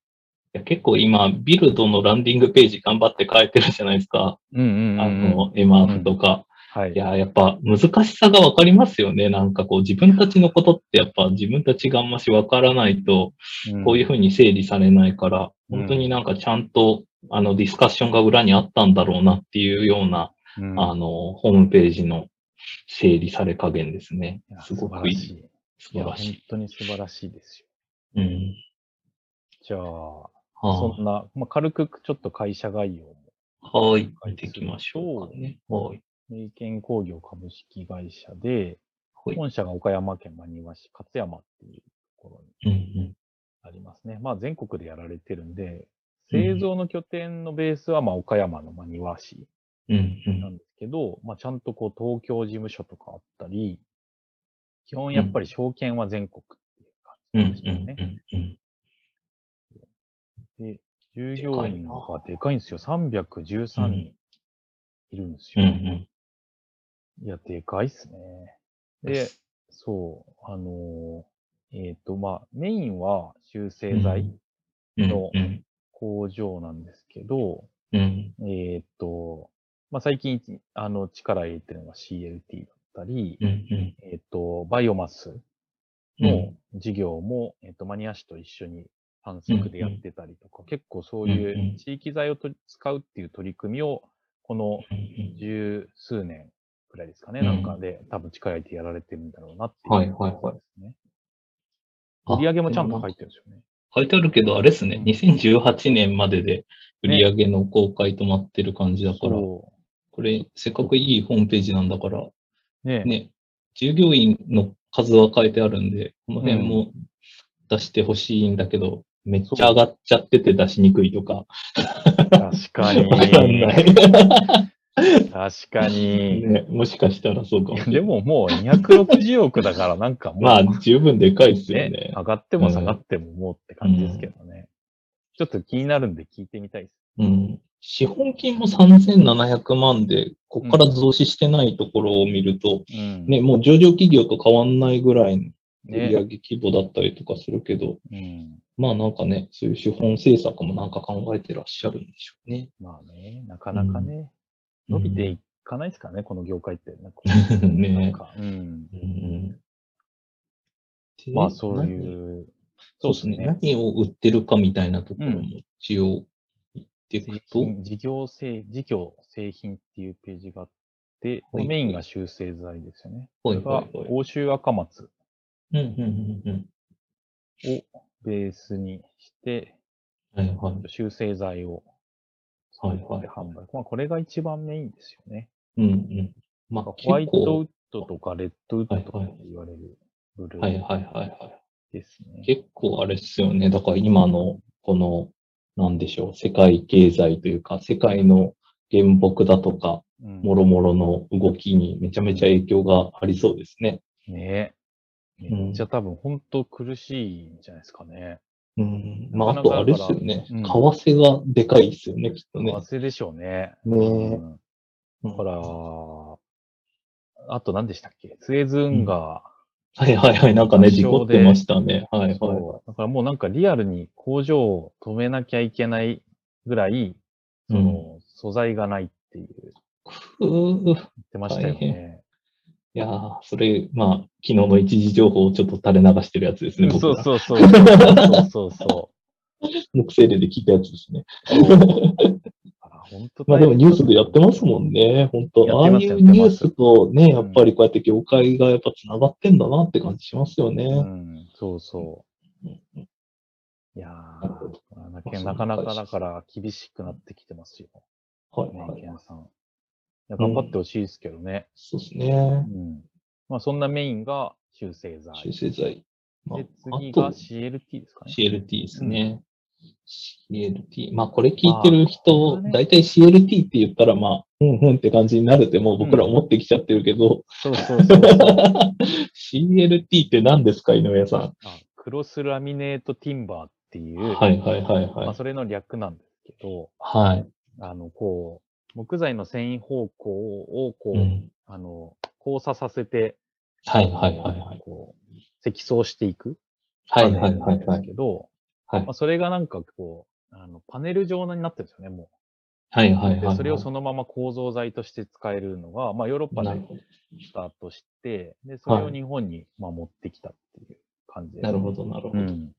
[SPEAKER 1] いや結構今、ビルドのランディングページ頑張って変えてるじゃないですか。
[SPEAKER 2] うんうんうん、
[SPEAKER 1] あの、エマーフとか。
[SPEAKER 2] はい。
[SPEAKER 1] いや、やっぱ難しさがわかりますよね。なんかこう、自分たちのことってやっぱ自分たちがあんましわからないと、
[SPEAKER 2] うん
[SPEAKER 1] こういうふうに整理されないから、
[SPEAKER 2] うん
[SPEAKER 1] 本当になんかちゃんとあの、ディスカッションが裏にあったんだろうなっていうような、
[SPEAKER 2] うん
[SPEAKER 1] あの、ホームページの整理され加減ですね
[SPEAKER 2] いや。
[SPEAKER 1] すご
[SPEAKER 2] 素
[SPEAKER 1] く
[SPEAKER 2] 晴
[SPEAKER 1] い
[SPEAKER 2] らし
[SPEAKER 1] い。
[SPEAKER 2] い。
[SPEAKER 1] 素
[SPEAKER 2] い
[SPEAKER 1] 晴ら
[SPEAKER 2] や、本
[SPEAKER 1] しい。
[SPEAKER 2] 当に素晴らしいですよ。
[SPEAKER 1] うん。
[SPEAKER 2] じゃあ、
[SPEAKER 1] は
[SPEAKER 2] そんな、まあ、軽くちょっと会社概要も。
[SPEAKER 1] い。はい。見ていきましょうかね。はい。
[SPEAKER 2] 名犬工業株式会社で、
[SPEAKER 1] はい。
[SPEAKER 2] 本社が岡山県真庭市勝山っていうところに
[SPEAKER 1] うんうん。
[SPEAKER 2] ありますね。まあ全国でやられてるんで、製造の拠点のベースはまあ岡山の真庭市
[SPEAKER 1] うんう
[SPEAKER 2] なん
[SPEAKER 1] ん。
[SPEAKER 2] ですけど、まあちゃんとこう東京事務所とかあったり、基本やっぱり証券は全国っていう
[SPEAKER 1] うんう
[SPEAKER 2] 感じ
[SPEAKER 1] ん
[SPEAKER 2] ですよね。
[SPEAKER 1] うんうん。
[SPEAKER 2] で、従業員がでかいんですよ。313人いるんです
[SPEAKER 1] うん
[SPEAKER 2] よ。
[SPEAKER 1] うん。
[SPEAKER 2] いや、でかいっすね。で、そう、あのーえっ、と、まあ、メインは修正剤
[SPEAKER 1] うん
[SPEAKER 2] の
[SPEAKER 1] うん
[SPEAKER 2] 工場なんですけど、
[SPEAKER 1] うん。
[SPEAKER 2] えっ、と、まあ、最近いち、あの、力入れてるのが CLT だったり、
[SPEAKER 1] うんうん。
[SPEAKER 2] えっ、と、バイオマス
[SPEAKER 1] う
[SPEAKER 2] の
[SPEAKER 1] ん
[SPEAKER 2] 事業も、えっ、と、マニア市と一緒に探索でやってたりとか、結構そうい
[SPEAKER 1] んう
[SPEAKER 2] うん地域材を取り使うっていう取り組みを、この
[SPEAKER 1] うん
[SPEAKER 2] 十数年くらいですかね、
[SPEAKER 1] うん
[SPEAKER 2] なんかで、多分力入れてやられてるんだろうなっていう、
[SPEAKER 1] はいはいはい
[SPEAKER 2] ですね。
[SPEAKER 1] あ
[SPEAKER 2] 売り上げもちゃんと入ってるんですよね。
[SPEAKER 1] 書いてあるけど、あれです
[SPEAKER 2] う
[SPEAKER 1] ね
[SPEAKER 2] ん、
[SPEAKER 1] 2018年までで売り上げの公開止まってる感じだから、
[SPEAKER 2] そ
[SPEAKER 1] これ、せっかくいいホームページなんだから、
[SPEAKER 2] う。ねえ
[SPEAKER 1] ね、従業員の数は書いてあるんで、この辺も出してほしいんだけど、めっちゃ上がっちゃってて出しにくいとか、
[SPEAKER 2] 確かに
[SPEAKER 1] わ。かんない。
[SPEAKER 2] 確 かに。
[SPEAKER 1] ね、もしかしたらそうかもしれ
[SPEAKER 2] で
[SPEAKER 1] ない。
[SPEAKER 2] ももう260億だからなんかもう、
[SPEAKER 1] まあ、十分でかいですよ
[SPEAKER 2] ね
[SPEAKER 1] ね。
[SPEAKER 2] 上がっても下がってももうって感じですけどね。ちょっと気になるんで聞いてみたいです。
[SPEAKER 1] うん。資本金も3700万で、ここから増資してないところを見ると、
[SPEAKER 2] うん
[SPEAKER 1] ね、もう上場企業と変わんないぐらいの売
[SPEAKER 2] ね
[SPEAKER 1] 上規模だったりとかするけど、
[SPEAKER 2] うん。
[SPEAKER 1] まあなんかね、そういう資本政策もなんか考えてらっしゃるんでしょうね。
[SPEAKER 2] まあね、なかなかね、伸びていかないですからね、この業界って。なんか
[SPEAKER 1] ね
[SPEAKER 2] なんかうん
[SPEAKER 1] うんで
[SPEAKER 2] まあそう
[SPEAKER 1] 何
[SPEAKER 2] いう、
[SPEAKER 1] そうですね。何を売ってるかみたいなところも一応言ってい
[SPEAKER 2] 製
[SPEAKER 1] くと、
[SPEAKER 2] 品事業製、事業製品っていうページがあって、
[SPEAKER 1] はい
[SPEAKER 2] メインが修正剤ですよね。
[SPEAKER 1] は
[SPEAKER 2] こ
[SPEAKER 1] い
[SPEAKER 2] れが
[SPEAKER 1] はいはい
[SPEAKER 2] 欧州赤松
[SPEAKER 1] うんうんうん
[SPEAKER 2] ベースにして、
[SPEAKER 1] うん。はいはい。
[SPEAKER 2] 修正剤を
[SPEAKER 1] はい
[SPEAKER 2] 販
[SPEAKER 1] はい
[SPEAKER 2] 売。まあこれが一番メインですよね。
[SPEAKER 1] うんうん。まあ
[SPEAKER 2] ホワイ
[SPEAKER 1] 結
[SPEAKER 2] ト
[SPEAKER 1] 構
[SPEAKER 2] ウッ、ドとかレッドウッドとかって言われるブル
[SPEAKER 1] はいはい
[SPEAKER 2] ー
[SPEAKER 1] はいはい。
[SPEAKER 2] ですね。
[SPEAKER 1] 結構あれですよね。だから今の、この、なんでしょう、世界経済というか、世界の原木だとか、
[SPEAKER 2] うん
[SPEAKER 1] もろもろの動きにめちゃめちゃ影響がありそうですね。
[SPEAKER 2] ねめっちゃ多分本当苦しいんじゃないですかね。
[SPEAKER 1] うん。
[SPEAKER 2] な
[SPEAKER 1] まあ、
[SPEAKER 2] かな
[SPEAKER 1] あ
[SPEAKER 2] か
[SPEAKER 1] とあれですよね。
[SPEAKER 2] うん
[SPEAKER 1] 為替がでかいですよね、きっとね。
[SPEAKER 2] 忘れでしょうね。
[SPEAKER 1] ね
[SPEAKER 2] うん
[SPEAKER 1] え。
[SPEAKER 2] だから、あと何でしたっけスエズ運河。
[SPEAKER 1] はいはいはい。なんかね、
[SPEAKER 2] 故
[SPEAKER 1] 事故
[SPEAKER 2] 障
[SPEAKER 1] っ
[SPEAKER 2] で
[SPEAKER 1] てましたね。はいはい。
[SPEAKER 2] そうだからもうなんかリアルに工場を止めなきゃいけないぐらい、その、素材がないっていう、言
[SPEAKER 1] うーい
[SPEAKER 2] ってましたよね。
[SPEAKER 1] やーそれ、まあ、昨日の一時情報をちょっと垂れ流してるやつですね、僕
[SPEAKER 2] そう
[SPEAKER 1] が。
[SPEAKER 2] そうそ う。そうそうそ
[SPEAKER 1] 木星でで聞いたやつですね。
[SPEAKER 2] う。あ本当
[SPEAKER 1] まあでもニュースでやってますもんね、本当ああ
[SPEAKER 2] やって
[SPEAKER 1] い
[SPEAKER 2] ますやっ
[SPEAKER 1] う
[SPEAKER 2] てます
[SPEAKER 1] ニュースとね、やっぱ
[SPEAKER 2] う
[SPEAKER 1] りこうやって業界がやっぱ繋がってんだなって感じしますよ
[SPEAKER 2] う
[SPEAKER 1] ね。
[SPEAKER 2] ん、そうそう。
[SPEAKER 1] うん
[SPEAKER 2] いやー
[SPEAKER 1] なるほど
[SPEAKER 2] まあ
[SPEAKER 1] ま
[SPEAKER 2] な
[SPEAKER 1] あ
[SPEAKER 2] なかなか
[SPEAKER 1] そう
[SPEAKER 2] だ
[SPEAKER 1] です
[SPEAKER 2] から厳しくなってきてますよ。
[SPEAKER 1] はい
[SPEAKER 2] ね
[SPEAKER 1] はい
[SPEAKER 2] ケ。ンさん。いや頑張ってほしいですけどね。
[SPEAKER 1] そうですね。
[SPEAKER 2] うん。まあそんなメインが修正剤。
[SPEAKER 1] 修正剤。まあ
[SPEAKER 2] で、次
[SPEAKER 1] あ
[SPEAKER 2] が
[SPEAKER 1] と
[SPEAKER 2] CLT ですかね。
[SPEAKER 1] CLT ですね。CLT。まあ、これ聞いてる
[SPEAKER 2] まあ
[SPEAKER 1] 人、
[SPEAKER 2] ね
[SPEAKER 1] 大体 CLT って言ったら、まあ、うんうんって感じになるってもう僕ら
[SPEAKER 2] うん
[SPEAKER 1] 思ってきちゃってるけど、
[SPEAKER 2] そうそうそ うそう。
[SPEAKER 1] CLT って何ですか、井上さん。
[SPEAKER 2] あクロスラミネートティンバーっていう、
[SPEAKER 1] はいはいはい
[SPEAKER 2] まあ
[SPEAKER 1] はい。
[SPEAKER 2] それの略なんですけど、
[SPEAKER 1] はい。
[SPEAKER 2] あの、こう、木材の繊維方向を、こう、
[SPEAKER 1] うん
[SPEAKER 2] あの、交差させて、
[SPEAKER 1] はいはいはいはい。
[SPEAKER 2] こう、積層していく。
[SPEAKER 1] はいはいは
[SPEAKER 2] なん
[SPEAKER 1] い
[SPEAKER 2] で
[SPEAKER 1] は
[SPEAKER 2] す
[SPEAKER 1] い。
[SPEAKER 2] けど、
[SPEAKER 1] はい
[SPEAKER 2] まあ、それがなんかこう、あのパネル状になってるんですよね、も
[SPEAKER 1] はいは
[SPEAKER 2] う。
[SPEAKER 1] いはいは
[SPEAKER 2] で
[SPEAKER 1] い。
[SPEAKER 2] それをそのまま構造材として使えるのが、まあ、ヨーロッパ
[SPEAKER 1] なる
[SPEAKER 2] で
[SPEAKER 1] ほど。
[SPEAKER 2] スタートして、で、それを
[SPEAKER 1] はい
[SPEAKER 2] 日本に、まあ、持ってきたっていう感じです、
[SPEAKER 1] なるほどなるほ
[SPEAKER 2] う
[SPEAKER 1] ど。
[SPEAKER 2] ん。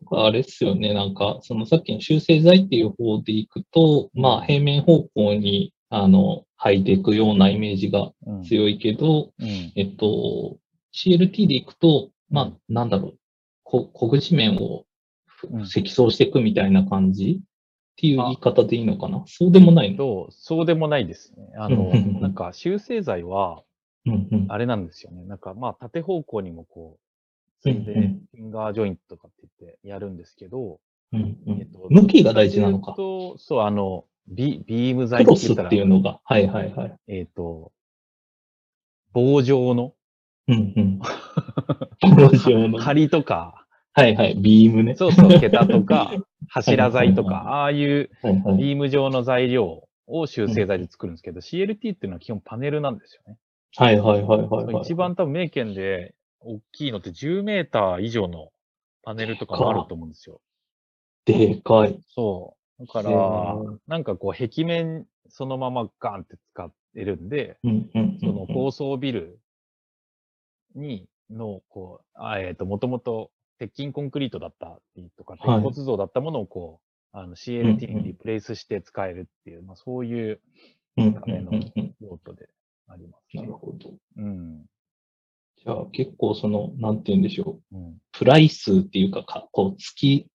[SPEAKER 1] とかあれですよね、なんか、そのさっきの修正剤っていう方でいくと、まあ、平面方向に、あの、入っていくようなイメージが
[SPEAKER 2] うん
[SPEAKER 1] 強いけど、
[SPEAKER 2] うん
[SPEAKER 1] えっと、CLT でいくと、まあ、なんだろう、こ小口面を
[SPEAKER 2] うん
[SPEAKER 1] 積層していくみたいな感じっていう言い方でいいのかなそうでもないの
[SPEAKER 2] と、そうでもないですね。あの
[SPEAKER 1] うんうんう、ん
[SPEAKER 2] なんか修正剤は、
[SPEAKER 1] うんうん。
[SPEAKER 2] あれなんですよね。なんかまあ縦方向にもこう、
[SPEAKER 1] うん
[SPEAKER 2] 積んで、
[SPEAKER 1] う
[SPEAKER 2] フ
[SPEAKER 1] ん
[SPEAKER 2] ィンガージョイントとかって言ってやるんですけど、
[SPEAKER 1] うんう
[SPEAKER 2] えっ
[SPEAKER 1] ん
[SPEAKER 2] と
[SPEAKER 1] 向きが大事なのか。
[SPEAKER 2] と、そう、あの、ビビーム
[SPEAKER 1] ク
[SPEAKER 2] 剤
[SPEAKER 1] ロスってい
[SPEAKER 2] 言
[SPEAKER 1] う
[SPEAKER 2] っ
[SPEAKER 1] のが。はいはいはい。
[SPEAKER 2] たら、えっと、棒状の
[SPEAKER 1] うん うん。どうしようの。
[SPEAKER 2] 針とか、
[SPEAKER 1] はいはい。ビームね。
[SPEAKER 2] そ うそう、桁とか、柱材と
[SPEAKER 1] はいはい
[SPEAKER 2] か、ああいう
[SPEAKER 1] はいはい。
[SPEAKER 2] ビーム状の材料を修正剤で作るんですけど、CLT っていうのは基本パネルなんですよね。
[SPEAKER 1] はいはいはいはいはい。
[SPEAKER 2] 一番多分名県で大きいのって10メーター以上のパネルとかもあると思うんですよ。
[SPEAKER 1] でかい。
[SPEAKER 2] そう。だから
[SPEAKER 1] へー、
[SPEAKER 2] なんかこう壁面そのままガンって使ってるんで、
[SPEAKER 1] うんうん
[SPEAKER 2] そ
[SPEAKER 1] うん
[SPEAKER 2] の高層ビルに、の、こう、あえっ、と、もともと鉄筋コンクリートだったりとか、鉄
[SPEAKER 1] はい
[SPEAKER 2] 骨造だったものをこう、あの
[SPEAKER 1] う
[SPEAKER 2] CLT
[SPEAKER 1] んうん
[SPEAKER 2] にリプレイスして使えるっていう、まあそういう
[SPEAKER 1] うんうん
[SPEAKER 2] 壁の
[SPEAKER 1] うんうん
[SPEAKER 2] 用途であります
[SPEAKER 1] な
[SPEAKER 2] ね
[SPEAKER 1] る。ほど。
[SPEAKER 2] うん。
[SPEAKER 1] じゃあ結構その、なんて言うんでしょう。
[SPEAKER 2] うん。
[SPEAKER 1] プライスっていうかか、こう、月、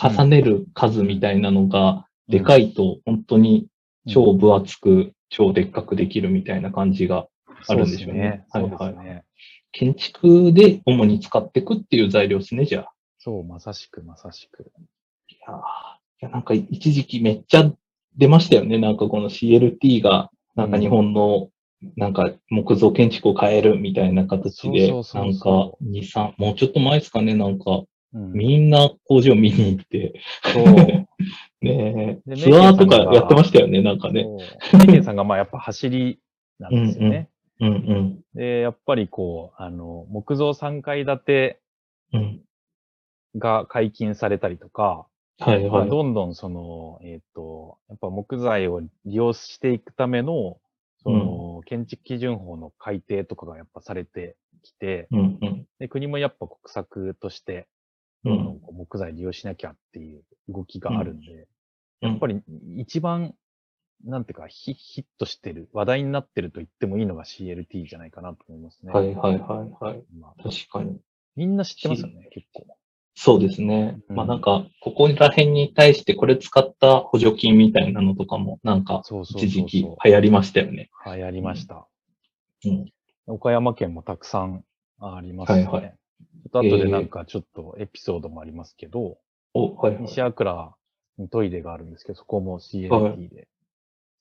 [SPEAKER 1] 重ねる数みたいなのが、でかいと、本当に超分厚く、超でっかくできるみたいな感じが、あるんでしょうね
[SPEAKER 2] そうですね。
[SPEAKER 1] はい
[SPEAKER 2] そう
[SPEAKER 1] は
[SPEAKER 2] で
[SPEAKER 1] い
[SPEAKER 2] すね。
[SPEAKER 1] 建築で主に使っていくっていう材料ですね、じゃあ。
[SPEAKER 2] そう、まさしく、まさしく。
[SPEAKER 1] いやーいやなんか一時期めっちゃ出ましたよね、なんかこの CLT が、なんか日本の、なんか木造建築を変えるみたいな形で、
[SPEAKER 2] そうそう
[SPEAKER 1] な
[SPEAKER 2] そうんそう
[SPEAKER 1] か2、3、もうちょっと前ですかね、なんか、
[SPEAKER 2] うん
[SPEAKER 1] みんな工場見に行って、
[SPEAKER 2] そう。
[SPEAKER 1] ねえ、
[SPEAKER 2] で
[SPEAKER 1] ツアーとか
[SPEAKER 2] メイケンさんが
[SPEAKER 1] やってましたよね、なんかね。
[SPEAKER 2] そう。メイケンさんがまあやっぱ走りなんですよ
[SPEAKER 1] う
[SPEAKER 2] ね。
[SPEAKER 1] ん
[SPEAKER 2] で、やっぱりこう、あの、木造3階建て
[SPEAKER 1] うん。うん。
[SPEAKER 2] が解禁されたりとか、
[SPEAKER 1] はい
[SPEAKER 2] まあ
[SPEAKER 1] はい。
[SPEAKER 2] どんどんその、えっ、と、やっぱ木材を利用していくための、その、建築基準法の改定とかがやっぱされてきて、
[SPEAKER 1] うんうん。
[SPEAKER 2] で、国もやっぱ国策として、
[SPEAKER 1] う
[SPEAKER 2] あの
[SPEAKER 1] ん。
[SPEAKER 2] こう木材利用しなきゃっていう動きがあるんで、
[SPEAKER 1] や
[SPEAKER 2] やっぱり一番、なんていうかヒ、ヒットしてる、話題になってると言ってもいいのが CLT じゃないかなと思いますね。
[SPEAKER 1] はいはいはいはい。
[SPEAKER 2] まあ
[SPEAKER 1] 確かに。
[SPEAKER 2] みんな知ってますよね、結構。
[SPEAKER 1] そうですね。
[SPEAKER 2] うん
[SPEAKER 1] まあなんか、ここら辺に対してこれ使った補助金みたいなのとかも、なんか、
[SPEAKER 2] そうそうそうそ
[SPEAKER 1] 一
[SPEAKER 2] う。
[SPEAKER 1] 時期流行りましたよね。
[SPEAKER 2] はい、やりました。
[SPEAKER 1] うん
[SPEAKER 2] 岡山県もたくさんありますね。
[SPEAKER 1] はいは
[SPEAKER 2] ちょっと後でなんかちょっとエピソードもありますけど、
[SPEAKER 1] お、はいはい。
[SPEAKER 2] 西アクラにトイレがあるんですけど、そこも CLT で。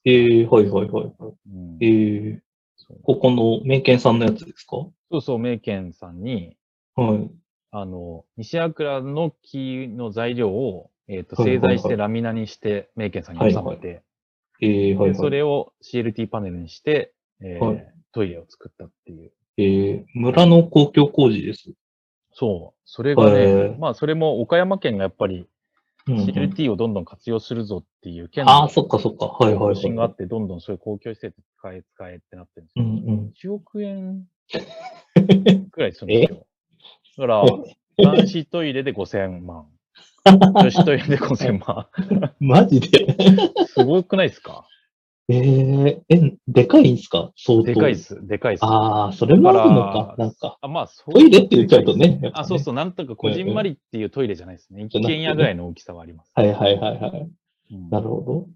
[SPEAKER 1] えー、はいはいはいはい。
[SPEAKER 2] うん
[SPEAKER 1] えー、
[SPEAKER 2] そう
[SPEAKER 1] ここのメイケンさんのやつですか
[SPEAKER 2] そうそう、名県さんに、
[SPEAKER 1] はい。
[SPEAKER 2] あの、西桜の木の材料を、えっ、と、
[SPEAKER 1] はいは
[SPEAKER 2] 製
[SPEAKER 1] いはい
[SPEAKER 2] 材してラミナにして、メイケンさんに収めて、
[SPEAKER 1] えー、はい
[SPEAKER 2] でそ
[SPEAKER 1] はい。
[SPEAKER 2] れを CLT パネルにして、えー
[SPEAKER 1] はい
[SPEAKER 2] トイレを作ったっていう。
[SPEAKER 1] えー、村の公共工事です。
[SPEAKER 2] そう。それがね、
[SPEAKER 1] へー
[SPEAKER 2] まあ、それも岡山県がやっぱり
[SPEAKER 1] うんうん
[SPEAKER 2] CLT をどんどん活用するぞっていう県
[SPEAKER 1] あ
[SPEAKER 2] の
[SPEAKER 1] あ、そっかそっか。はいはい
[SPEAKER 2] 方
[SPEAKER 1] はい
[SPEAKER 2] 針があ。って、どんどんそういう公共施設使え、使えってなってるんです
[SPEAKER 1] う
[SPEAKER 2] け
[SPEAKER 1] ん
[SPEAKER 2] ど、
[SPEAKER 1] うん。
[SPEAKER 2] 1億円くらいするんで すよ。だから、男子トイレで5000万。女子トイレで5000万。
[SPEAKER 1] マジです
[SPEAKER 2] ごくないですか
[SPEAKER 1] えー、え、でかいんすか相当。
[SPEAKER 2] でかいっす。でかいっす。
[SPEAKER 1] ああ、それもあるのか。
[SPEAKER 2] だら
[SPEAKER 1] なんか、
[SPEAKER 2] あまあ、そう
[SPEAKER 1] トイレって言っちゃうとね。やっぱね
[SPEAKER 2] あ、そうそう、なんとかこじんまりっていうトイレじゃないですね。
[SPEAKER 1] じ
[SPEAKER 2] 一
[SPEAKER 1] ゃなくてね
[SPEAKER 2] 軒家ぐらいの大きさはあります。
[SPEAKER 1] はいはいはいはい。
[SPEAKER 2] うん
[SPEAKER 1] なるほど。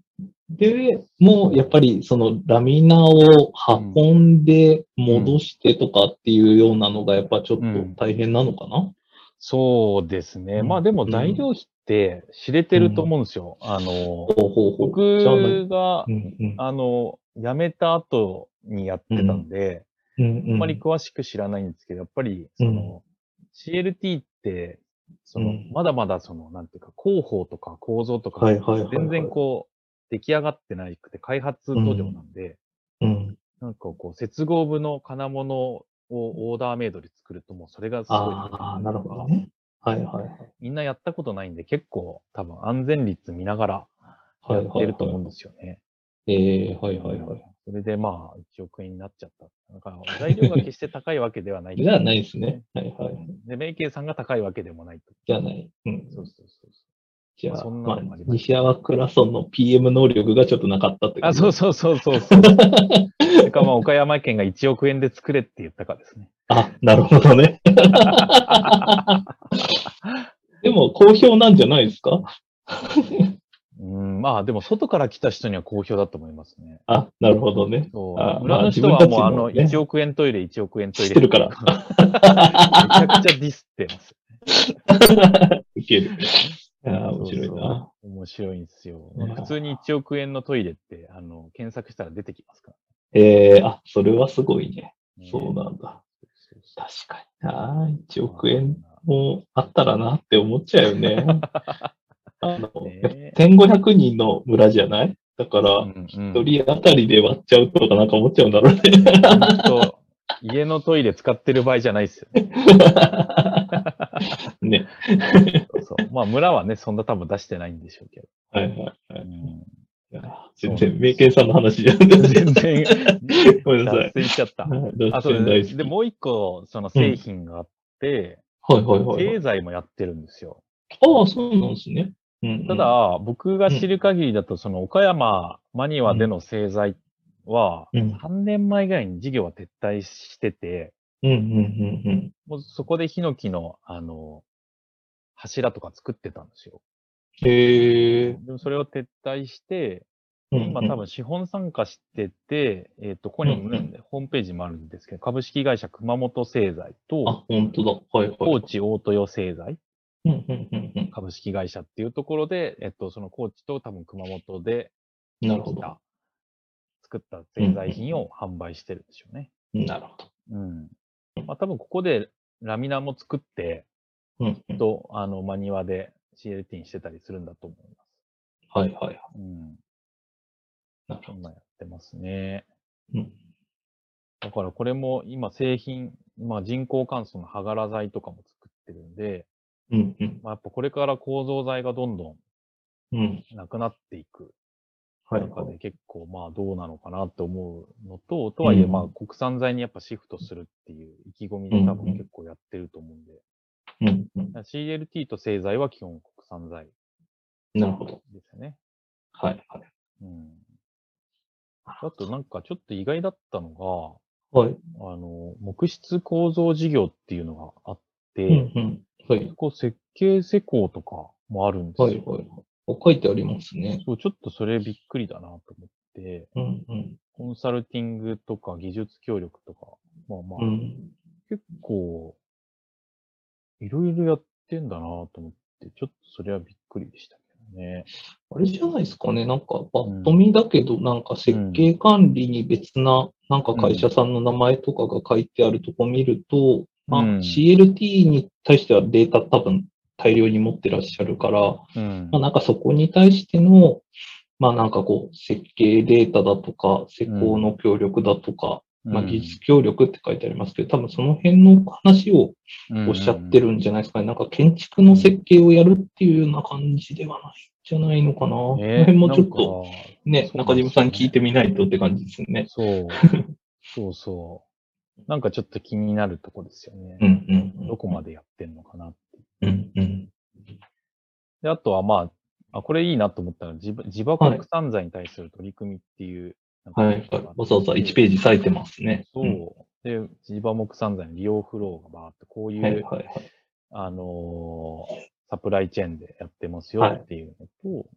[SPEAKER 1] で、もうやっぱりそのラミナを運んで戻してとかっていうようなのがやっぱちょっと大変なのかな、
[SPEAKER 2] そうですね。まあでも材料費って知れてると思うんですよ。あの、
[SPEAKER 1] ほうほうほう。じゃあなんか
[SPEAKER 2] 僕が
[SPEAKER 1] う、んうん。
[SPEAKER 2] あの、辞めた後にやってたんで、
[SPEAKER 1] うん
[SPEAKER 2] あ
[SPEAKER 1] うんん。
[SPEAKER 2] まり詳しく知らないんですけど、やっぱり、その、CLT って、その
[SPEAKER 1] うん、
[SPEAKER 2] まだまだその、なんていうか、広報とか構造とか
[SPEAKER 1] はいはいはいはい、
[SPEAKER 2] 全然こう、出来上がってないくて、開発途上なんで、
[SPEAKER 1] うん。
[SPEAKER 2] なんかこう、接合部の金物をオーダーメイドで作ると、もうそれがすごい。
[SPEAKER 1] ああ、なるほどね。はいはいはい。
[SPEAKER 2] みんなやったことないんで、結構多分安全率見ながら
[SPEAKER 1] は
[SPEAKER 2] や
[SPEAKER 1] いはい
[SPEAKER 2] ってると思うんですよね。
[SPEAKER 1] ええはいはいはい。
[SPEAKER 2] それでまあ、1億円になっちゃった。だから、材料が決して高いわけではない。
[SPEAKER 1] じゃあないですね。。はいはい。
[SPEAKER 2] で、メイケイさんが高いわけでもないと。
[SPEAKER 1] じゃあない。うん。
[SPEAKER 2] そうそうそう
[SPEAKER 1] じゃあ、
[SPEAKER 2] そん
[SPEAKER 1] ま
[SPEAKER 2] な
[SPEAKER 1] あ
[SPEAKER 2] のもあり、ます
[SPEAKER 1] 西山クラソンの PM 能力がちょっとなかったって
[SPEAKER 2] あ、そう
[SPEAKER 1] す。
[SPEAKER 2] そうそ うそうそう。てかまあ、岡山県が1億円で作れって言ったからですね。
[SPEAKER 1] あ、なるほど ね。でも、好評なんじゃないですか
[SPEAKER 2] うん、まあ、でも外から来た人には好評だと思いますね。
[SPEAKER 1] あ、なるほどね。
[SPEAKER 2] そ
[SPEAKER 1] あ
[SPEAKER 2] う。村の
[SPEAKER 1] ま
[SPEAKER 2] 人
[SPEAKER 1] あ
[SPEAKER 2] は
[SPEAKER 1] 自分たち
[SPEAKER 2] もう
[SPEAKER 1] も
[SPEAKER 2] あの、
[SPEAKER 1] ね
[SPEAKER 2] 1億円トイレ、1億円トイレ。
[SPEAKER 1] 知ってるから。
[SPEAKER 2] めちゃくちゃディスってます。
[SPEAKER 1] ウケ る。 あー面白い
[SPEAKER 2] そうそ
[SPEAKER 1] な。
[SPEAKER 2] う。面白いんですよ
[SPEAKER 1] いや。ー
[SPEAKER 2] 普通に1億円のトイレって、あの、検索したら出てきますか
[SPEAKER 1] ええあ、それはすごいね。
[SPEAKER 2] ら、ね。
[SPEAKER 1] そうなんだ。
[SPEAKER 2] そうそう
[SPEAKER 1] 確かにな。1億円もあったらなって思っちゃうよね。 あの、
[SPEAKER 2] ね
[SPEAKER 1] 1500人の村じゃないだか
[SPEAKER 2] う
[SPEAKER 1] ら、
[SPEAKER 2] ん
[SPEAKER 1] 一人当たりで割っちゃうとかなんか思っちゃうんだ ろうね。
[SPEAKER 2] 本当家のトイレ使ってる場合じゃないですよね。
[SPEAKER 1] ね。
[SPEAKER 2] そうそうまあ村はね、そんな多分出してないんでしょうけど。
[SPEAKER 1] はいはいは
[SPEAKER 2] う
[SPEAKER 1] い。
[SPEAKER 2] ん、
[SPEAKER 1] 全然、名犬さんの話じゃん。
[SPEAKER 2] 全然、
[SPEAKER 1] ごめんなさい
[SPEAKER 2] 脱線しちゃった。あ、
[SPEAKER 1] あ、
[SPEAKER 2] そう
[SPEAKER 1] 大
[SPEAKER 2] で
[SPEAKER 1] 好
[SPEAKER 2] す。
[SPEAKER 1] き
[SPEAKER 2] で、もう一個、その製品があって、
[SPEAKER 1] はいはいはいはい。
[SPEAKER 2] 経済もやってるんですよ。
[SPEAKER 1] ああ、そうなんですね。うんうん
[SPEAKER 2] た、だ、僕が知る限りだと、その岡山、マニワでの製材は、
[SPEAKER 1] うん
[SPEAKER 2] 3年前ぐらいに事業は撤退してて、
[SPEAKER 1] うんうんうんうん。
[SPEAKER 2] もうそこでヒノキの、あの、柱とか作ってたんですよ。
[SPEAKER 1] へえ。
[SPEAKER 2] でもそれを撤退して、
[SPEAKER 1] うんうん
[SPEAKER 2] 今多分資本参加してて、えっ、と、ここにもね、
[SPEAKER 1] うん
[SPEAKER 2] ホームページもあるんですけど、株式会社熊本製材と、
[SPEAKER 1] あ、本当だ。はいはい。
[SPEAKER 2] 高知大豊製材
[SPEAKER 1] うんうんうんうん
[SPEAKER 2] 株式会社っていうところで、えっ、と、その高知と多分熊本で
[SPEAKER 1] なるほ
[SPEAKER 2] 来
[SPEAKER 1] ど。
[SPEAKER 2] た、作った製材品を販売してるんでしょうね。
[SPEAKER 1] なるほ
[SPEAKER 2] うん。まあ多分ここでラミナも作って、
[SPEAKER 1] ど。うんうん。
[SPEAKER 2] と、あの、マニュアで CLT にしてたりするんだと思いま
[SPEAKER 1] はいはいはい。
[SPEAKER 2] す。うん。
[SPEAKER 1] なるほど。
[SPEAKER 2] 今やってますね。
[SPEAKER 1] うん
[SPEAKER 2] だからこれも今製品、まあ人工乾燥の剥がら剤とかも作ってるんで、
[SPEAKER 1] うんうん。
[SPEAKER 2] まあやっぱこれから構造材がどんど
[SPEAKER 1] うん。
[SPEAKER 2] んなくなっていく
[SPEAKER 1] はい
[SPEAKER 2] 中
[SPEAKER 1] はい。
[SPEAKER 2] で結構まあどうなのかなって思うのと、とはいえ
[SPEAKER 1] うん
[SPEAKER 2] まあ国産材にやっぱシフトするっていう意気込みで多
[SPEAKER 1] うんう
[SPEAKER 2] 分
[SPEAKER 1] ん
[SPEAKER 2] 結構やってると思うんで、
[SPEAKER 1] うんうん。
[SPEAKER 2] だから CLT と製材は基本国産材
[SPEAKER 1] なるほど。
[SPEAKER 2] ですよね。
[SPEAKER 1] はいはい。
[SPEAKER 2] うん。あとなんかちょっと意外だったの
[SPEAKER 1] はい。
[SPEAKER 2] が、あの、木質構造事業っていうのがあって、
[SPEAKER 1] うんうん。はい
[SPEAKER 2] 結。構設計施工とかもあるんですよ。
[SPEAKER 1] はいはい。お書いてありますね。
[SPEAKER 2] そうちょっとそれびっくりだなと思って、
[SPEAKER 1] うんうん。
[SPEAKER 2] コンサルティングとか技術協力とか、まあまあ、
[SPEAKER 1] うん。
[SPEAKER 2] 結構、いろいろやってんだなと思って、ちょっとそれはびっくりでしたけどね。
[SPEAKER 1] あれじゃないですかね。なんか、パッと見だけど、なんか設計管理に別な、なんか会社さんの名前とかが書いてあるとこ見ると、まあ、
[SPEAKER 2] うん
[SPEAKER 1] CLT に対してはデータ多分大量に持ってらっしゃるから、
[SPEAKER 2] うん
[SPEAKER 1] まあ、なんかそこに対しての、まあなんかこう、設計データだとか、施工の協力だとか、まあ技術協力って書いてありますけど、多分その辺の話をおっしゃってるんじゃないですかね。なんか建築の設計をやるっていうような感じではないんじゃないのかな。この辺 もちょっと、ね、
[SPEAKER 2] なん
[SPEAKER 1] 中
[SPEAKER 2] か
[SPEAKER 1] 島さん聞いてみないとって感じですね。
[SPEAKER 2] そう。そうそう。なんかちょっと気になるとこですよね。
[SPEAKER 1] うんうんうん。
[SPEAKER 2] どこまでやってんのかなって。
[SPEAKER 1] うんうん。
[SPEAKER 2] で、あとはまあ、あ、これいいなと思ったら、地場地場国産材に対する取り組みっていう。
[SPEAKER 1] は
[SPEAKER 2] なん
[SPEAKER 1] い
[SPEAKER 2] か。
[SPEAKER 1] わざわざ1ページ割いてますね。
[SPEAKER 2] そう。で、地場木産材の利用フローがバーって、こうい
[SPEAKER 1] うん
[SPEAKER 2] う、
[SPEAKER 1] はいはいはい。
[SPEAKER 2] あのーサプライチェーンでやってます
[SPEAKER 1] はい
[SPEAKER 2] よっていうのと、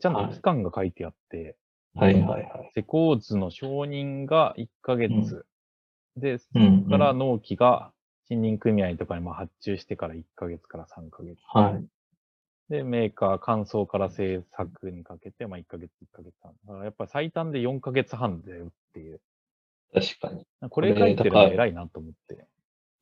[SPEAKER 2] ちゃんと期間が書いてあって、
[SPEAKER 1] はいはいはい。
[SPEAKER 2] 施工図の承認が1ヶ月、で、そ
[SPEAKER 1] うんうん
[SPEAKER 2] こから納期が森林組合とかにまあ発注してから1ヶ月から3ヶ月。
[SPEAKER 1] はい。
[SPEAKER 2] で、メーカー、乾燥から制作にかけて、まあ1ヶ月、1ヶ月半。だからやっぱり最短で4ヶ月半だよっていう。
[SPEAKER 1] 確かに。
[SPEAKER 2] これ書いてるの偉いなと思って。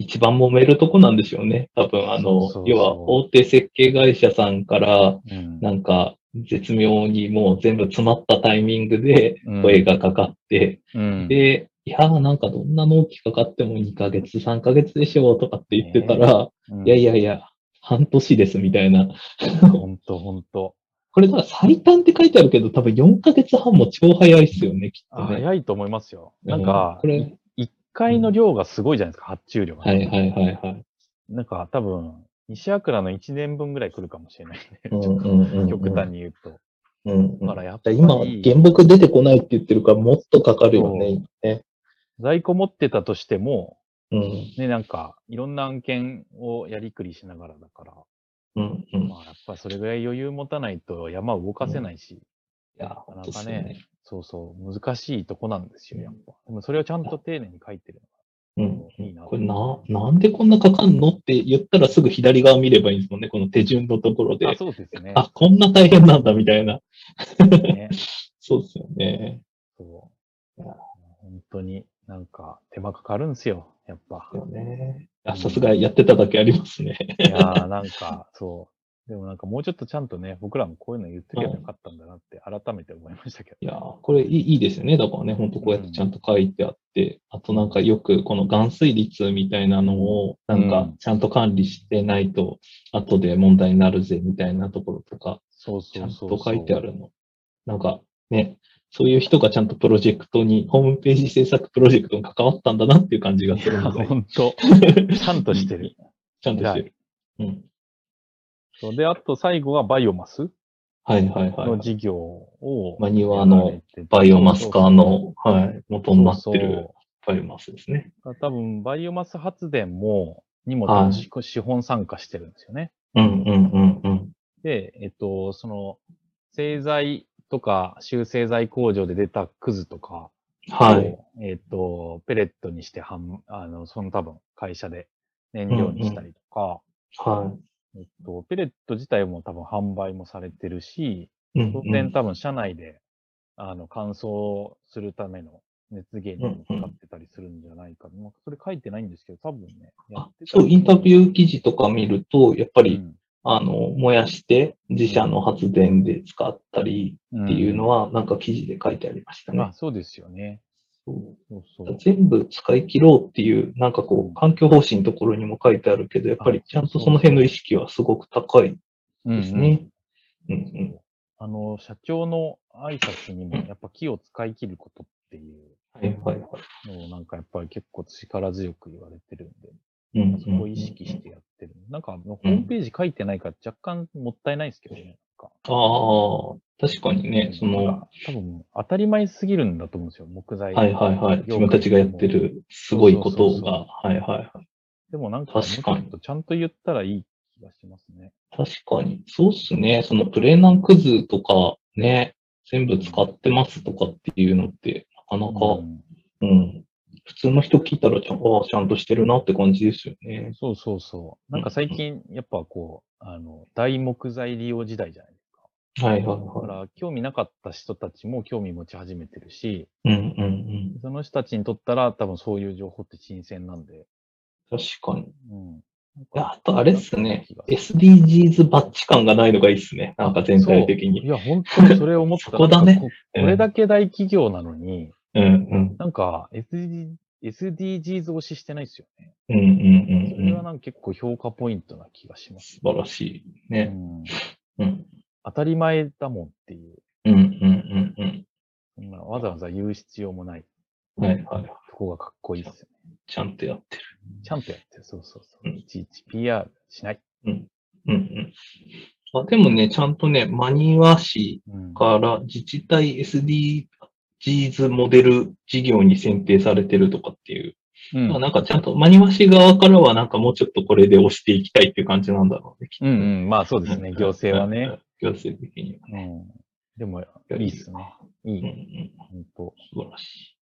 [SPEAKER 1] 一番揉めるとこなんでしょうね。多分、あの、
[SPEAKER 2] そうそうそう
[SPEAKER 1] 要は大手設計会社さんから、
[SPEAKER 2] うん
[SPEAKER 1] なんか、絶妙にもう全部詰まったタイミングで
[SPEAKER 2] うん
[SPEAKER 1] 声がかかって、
[SPEAKER 2] うん
[SPEAKER 1] で、いやーなんかどんな納期かかっても2ヶ月、3ヶ月でしょうとかって言ってたら、
[SPEAKER 2] うん
[SPEAKER 1] いやいやいや、半年ですみたいな。
[SPEAKER 2] ほんとほんと。
[SPEAKER 1] これだから最短って書いてあるけど、多分4ヶ月半も超早いっすよね、きっとね。
[SPEAKER 2] 早いと思いますよ。
[SPEAKER 1] う
[SPEAKER 2] なんか
[SPEAKER 1] こ、れ、
[SPEAKER 2] 1回の量がすごいじゃないですか、発注量が。
[SPEAKER 1] はいはいはいはい。
[SPEAKER 2] なんか多分、西倉の1年分ぐらい来るかもしれないね。
[SPEAKER 1] うん うんうんうん
[SPEAKER 2] 極端に言うと。
[SPEAKER 1] うんうん
[SPEAKER 2] だからやっぱり
[SPEAKER 1] 今、原木出てこないって言ってるから、もっとかかるよね、ね。
[SPEAKER 2] 在庫持ってたとしても、
[SPEAKER 1] うん。
[SPEAKER 2] ね、なんか、いろんな案件をやりくりしながらだから、
[SPEAKER 1] うんうん。い
[SPEAKER 2] まあ、やっぱりそれぐらい余裕持たないと山動かせないし、
[SPEAKER 1] や、
[SPEAKER 2] な
[SPEAKER 1] 本当
[SPEAKER 2] か
[SPEAKER 1] っ
[SPEAKER 2] なか
[SPEAKER 1] す
[SPEAKER 2] ね
[SPEAKER 1] よね。
[SPEAKER 2] そうそう、難しいとこなんですよ、やっぱ。でもそれをちゃんと丁寧に書いてる
[SPEAKER 1] う
[SPEAKER 2] の
[SPEAKER 1] ん。
[SPEAKER 2] がいいな。
[SPEAKER 1] これな、なんでこんなかかんのって言ったらすぐ左側見ればいいんですもんね、この手順のところで。
[SPEAKER 2] あ、そうですね。
[SPEAKER 1] あ、こんな大変なんだ、みたいな。
[SPEAKER 2] ね
[SPEAKER 1] そうですよね。
[SPEAKER 2] そう。
[SPEAKER 1] いや
[SPEAKER 2] 本当になんか手間かかるんですよ、やっ ぱ。
[SPEAKER 1] よね。あ、さすがやってただけありますね。
[SPEAKER 2] いやーなんか、そう。でもなんかもうちょっとちゃんとね、僕らもこういうの言ってけばよかったんだなって改めて思いましたけど。
[SPEAKER 1] いやー、これいいいいですよね。だからね、ほんとこうやってちゃんと書いてあって、あとなんかよくこの含水率みたいなのを、なん
[SPEAKER 2] う
[SPEAKER 1] か
[SPEAKER 2] ん
[SPEAKER 1] ちゃんと管理してないと、後で問題になるぜみたいなところとか、
[SPEAKER 2] そうそ
[SPEAKER 1] ちゃ
[SPEAKER 2] うんそ
[SPEAKER 1] と
[SPEAKER 2] う。
[SPEAKER 1] 書いてあるの。なんかね、そういう人がちゃんとプロジェクトに、ホームページ制作プロジェクトに関わったんだなっていう感じが
[SPEAKER 2] い
[SPEAKER 1] する
[SPEAKER 2] や、
[SPEAKER 1] ので、
[SPEAKER 2] 本当ちゃんとしてる。
[SPEAKER 1] ちゃんとしてる。うん。
[SPEAKER 2] そうで、あと最後はバイオマス
[SPEAKER 1] はいはいはい
[SPEAKER 2] の。事業を。
[SPEAKER 1] マニュアのバイオマス化の、はい、元になって
[SPEAKER 2] そう
[SPEAKER 1] る
[SPEAKER 2] そ
[SPEAKER 1] バイオマスですね。
[SPEAKER 2] う。多分、バイオマス発電も、にも資資本参加してるんですよね。
[SPEAKER 1] うんうんうんうん。
[SPEAKER 2] で、えっと、その、製材とか、集成材工場で出たクズとか、
[SPEAKER 1] はい。
[SPEAKER 2] を。えっ、と、ペレットにして販、あの、その多分会社で燃料にしたりとか、
[SPEAKER 1] は
[SPEAKER 2] えっと、ペレット自体も多分販売もされてるし、
[SPEAKER 1] い。うん
[SPEAKER 2] 当然多分社内で、あの、乾燥するための熱源にも使ってたりするんじゃないかな。まあそれ書いてないんですけど、多分ね。や
[SPEAKER 1] あ
[SPEAKER 2] ってた
[SPEAKER 1] そう、インタビ
[SPEAKER 2] ュー
[SPEAKER 1] ュー記事とか見ると、やっぱり、あの、燃やして自社の発電で使ったりっていうの
[SPEAKER 2] は、
[SPEAKER 1] は、なんか記事で書いてありました
[SPEAKER 2] まあ
[SPEAKER 1] ね。
[SPEAKER 2] そうですよね。
[SPEAKER 1] そう
[SPEAKER 2] そうそう。
[SPEAKER 1] 全部使い切ろうっていう、なんかこう、環境方針のところにも書いてあるけど、やっぱりちゃんとその辺の意識はすごく高いです
[SPEAKER 2] うんうん
[SPEAKER 1] ね。うんうん。
[SPEAKER 2] あの、社長の挨拶にも、やっぱ木を使い切ることっていう
[SPEAKER 1] はいはいはい。
[SPEAKER 2] のをなんかやっぱり結構力強く言われてるんで、
[SPEAKER 1] うん
[SPEAKER 2] そこを意識してやってる。なんかあのホームページ書いてないから若干もったいないですけどね。なんか
[SPEAKER 1] ああ、確かにね、そ
[SPEAKER 2] なん
[SPEAKER 1] の、
[SPEAKER 2] か多分当たり前すぎるんだと思うんですよ、木材。
[SPEAKER 1] はいはいはい。自分たちがやって。るすごいことが、はいはいはい。
[SPEAKER 2] でもなんか、もうち
[SPEAKER 1] 確
[SPEAKER 2] ょ
[SPEAKER 1] か
[SPEAKER 2] っ
[SPEAKER 1] に
[SPEAKER 2] とちゃんと言ったらいい気がしますね。
[SPEAKER 1] 確かに。そうっすね。そのプレーナンクズとかね、全部使ってますとかっていうのって、なかなか、
[SPEAKER 2] うん
[SPEAKER 1] うん、普通の人聞いたらちゃん、ああ、ちゃんとしてるなって感じですよね。
[SPEAKER 2] そうそうそう。なんか最近、やっぱこう、あの、大木材利用時代じゃないですか。
[SPEAKER 1] はいはい
[SPEAKER 2] だか
[SPEAKER 1] は
[SPEAKER 2] ら、興味なかった人たちも興味持ち始めてるし、
[SPEAKER 1] い。うんうんうん。
[SPEAKER 2] その人たちにとったら多分そういう情報って新鮮なんで。
[SPEAKER 1] 確かに。
[SPEAKER 2] うん。
[SPEAKER 1] いやあとあれっすね。SDGs バッチ感がないのがいいっすね。なんか全体的
[SPEAKER 2] い
[SPEAKER 1] に。
[SPEAKER 2] や、本当にそれ思っ た。
[SPEAKER 1] そこだね
[SPEAKER 2] なんかこ。これだけ大企業なのに、
[SPEAKER 1] うんうん。
[SPEAKER 2] なんか SD SDGs 推ししてないですよね。
[SPEAKER 1] うんうんう
[SPEAKER 2] そ
[SPEAKER 1] んう
[SPEAKER 2] れ
[SPEAKER 1] ん
[SPEAKER 2] は。なんか結構評価ポイントな気がします。
[SPEAKER 1] 素晴らしいうね。
[SPEAKER 2] ん、
[SPEAKER 1] うん。
[SPEAKER 2] 当たり前だもんっていう。
[SPEAKER 1] うんうんうん
[SPEAKER 2] そんなわざわざ言う必要もない
[SPEAKER 1] うん。はいはい。
[SPEAKER 2] とこがかっこいいですよね。
[SPEAKER 1] ちゃんとやってる。
[SPEAKER 2] ちゃんとやってる、そうそうそう。
[SPEAKER 1] うん
[SPEAKER 2] いちいち PR しない。
[SPEAKER 1] うんうん。あでもね、ちゃんとね、マニワ市
[SPEAKER 2] うん
[SPEAKER 1] から自治体 SDGs モデル事業に選定されてるとかっていう。
[SPEAKER 2] う
[SPEAKER 1] まあ
[SPEAKER 2] ん
[SPEAKER 1] なんかちゃんとマニワ市側からはなんかもうちょっとこれで押していきたいっていう感じなんだろうね。きっと
[SPEAKER 2] うんうん。まあそうです ね。行政はね。。
[SPEAKER 1] 行政的には
[SPEAKER 2] う
[SPEAKER 1] ね。
[SPEAKER 2] ん。でも、いいっすね。
[SPEAKER 1] う
[SPEAKER 2] い
[SPEAKER 1] んう
[SPEAKER 2] い。
[SPEAKER 1] ん。
[SPEAKER 2] 本当。
[SPEAKER 1] 素晴らし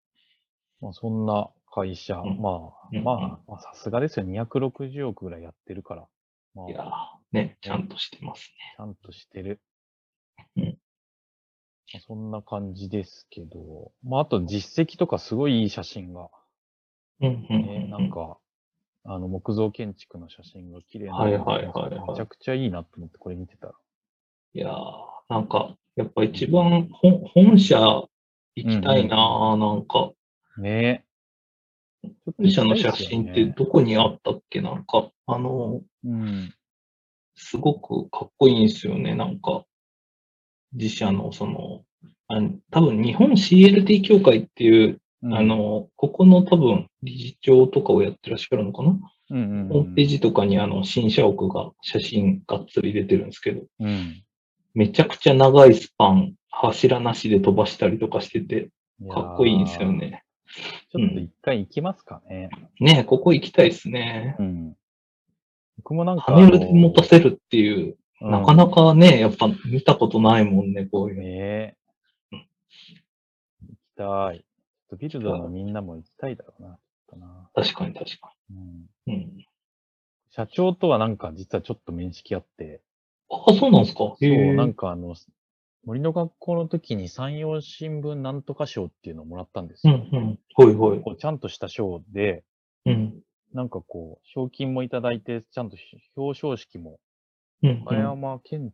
[SPEAKER 2] まあ、そんな会社、
[SPEAKER 1] うん
[SPEAKER 2] ま
[SPEAKER 1] う
[SPEAKER 2] あ、
[SPEAKER 1] ん
[SPEAKER 2] まあ、まあさすがですよ。260億ぐらいやってるから。まあ、
[SPEAKER 1] い。い
[SPEAKER 2] ち
[SPEAKER 1] やーね、ちゃんとしてます
[SPEAKER 2] ゃんとしてる。
[SPEAKER 1] うん
[SPEAKER 2] まあ、そんな感じですけど、まあ、あと実績とかすごいいい写真が、
[SPEAKER 1] ね。うんうんうんう
[SPEAKER 2] ね、
[SPEAKER 1] ん。
[SPEAKER 2] なんか、あの、木造建築の写真が綺麗な。
[SPEAKER 1] はいはいはいはい
[SPEAKER 2] めちゃくちゃいいなと思って、これ見てたら。
[SPEAKER 1] いやー、なんか、やっぱ一番本、本社行きたいなー、なんか。
[SPEAKER 2] ね
[SPEAKER 1] 本社の写真ってどこにあったっけなんか、あの、
[SPEAKER 2] うん。
[SPEAKER 1] すごくかっこいいんですよね、なんか。自社の、その、あの多分日本 CLT 協会っていう、
[SPEAKER 2] うん
[SPEAKER 1] あ、の、ここの多分理事長とかをやってらっしゃるのかな、
[SPEAKER 2] うんうんうん
[SPEAKER 1] ホームページとかにあの、新社屋が写真がっつり出てるんですけど、
[SPEAKER 2] うん。
[SPEAKER 1] めちゃくちゃ長いスパン、柱なしで飛ばしたりとかしてて、
[SPEAKER 2] やー
[SPEAKER 1] かっこいいんですよ。ね。
[SPEAKER 2] ちょっと一回行きますかね。
[SPEAKER 1] ねえここ行きたいですね。
[SPEAKER 2] うん。僕もなんか、
[SPEAKER 1] パネルで持たせるっていう、
[SPEAKER 2] あの
[SPEAKER 1] なかなかね、やっぱ見たことないもんね、こういう。
[SPEAKER 2] ねえ。行きたい。ちょっとビルドのみんなも行きたいだろうな。きっとな
[SPEAKER 1] 確かに確か
[SPEAKER 2] うん、
[SPEAKER 1] に。うん。
[SPEAKER 2] 社長とはなんか実はちょっと面識あって、
[SPEAKER 1] ああ、そうなんですか。
[SPEAKER 2] そ
[SPEAKER 1] へえ
[SPEAKER 2] う、なんかあの、森の学校の時に山陽新聞なんとか賞っていうのをもらったんです
[SPEAKER 1] う
[SPEAKER 2] よ。
[SPEAKER 1] んうん。ほいほい
[SPEAKER 2] こ。うちゃんとした賞で、
[SPEAKER 1] うん。
[SPEAKER 2] なんかこう、賞金もいただいて、ちゃんと表彰式も、
[SPEAKER 1] うん、う
[SPEAKER 2] 岡
[SPEAKER 1] ん。
[SPEAKER 2] 山県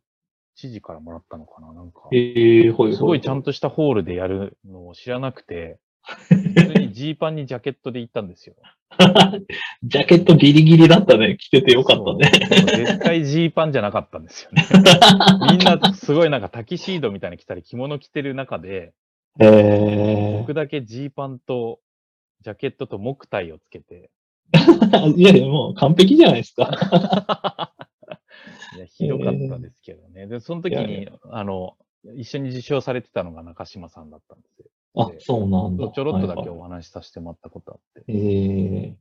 [SPEAKER 2] 知事からもらったのかな、なんか。
[SPEAKER 1] ええほいほい。
[SPEAKER 2] すごいちゃん
[SPEAKER 1] と。
[SPEAKER 2] としたホールでやるのを知らなく て、普通にジーパンにジャケットで行ったんですよ。
[SPEAKER 1] ジャケットギリギリだったね。着ててよかったね。
[SPEAKER 2] そう。でも絶対ジーパンじゃなかったんです よね。みんなすごいなんかタキシードみたいに着たり着物着てる中で、
[SPEAKER 1] へえ
[SPEAKER 2] 僕だけジーパンとジャケットと木体をつけて、
[SPEAKER 1] いやいや、もう完璧じゃないですか。
[SPEAKER 2] いやひどかったですけどね。で、その時
[SPEAKER 1] いや
[SPEAKER 2] に
[SPEAKER 1] い
[SPEAKER 2] あの、一緒に受賞されてたのが中島さんだったんですよ。
[SPEAKER 1] あ、そうなん
[SPEAKER 2] そ
[SPEAKER 1] だ。
[SPEAKER 2] うちょろっとだけ
[SPEAKER 1] はい
[SPEAKER 2] お
[SPEAKER 1] はい
[SPEAKER 2] 話しさせてもらったことあって、
[SPEAKER 1] ええ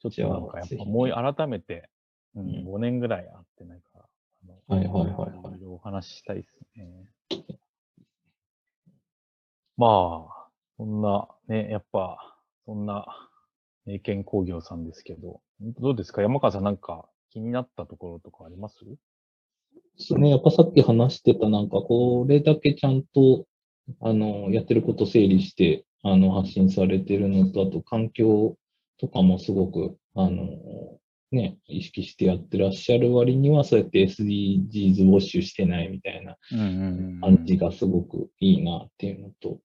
[SPEAKER 2] ちょっとなんかやっぱもう改めて、
[SPEAKER 1] ぜ
[SPEAKER 2] うん、
[SPEAKER 1] ひ
[SPEAKER 2] 5年ぐらい会ってないから、あの
[SPEAKER 1] はいはいはいはい
[SPEAKER 2] ろいろお話ししたいです ね。まあ、そんな、ね、やっぱ、そんな、英検工業さんですけど、どうですか山川さんなんか気になったところとかあります
[SPEAKER 1] そうね、やっぱさっき話してた、なんか、これだけちゃんと、あの、やってること整理して、あの、発信されてるのと、あと、環境とかもすごく、あの、ね、意識してやってらっしゃる割には、そうやって SDGs ウォッシュしてないみたいな
[SPEAKER 2] うんうん
[SPEAKER 1] 感じがすごくいいなっていうのと、
[SPEAKER 2] う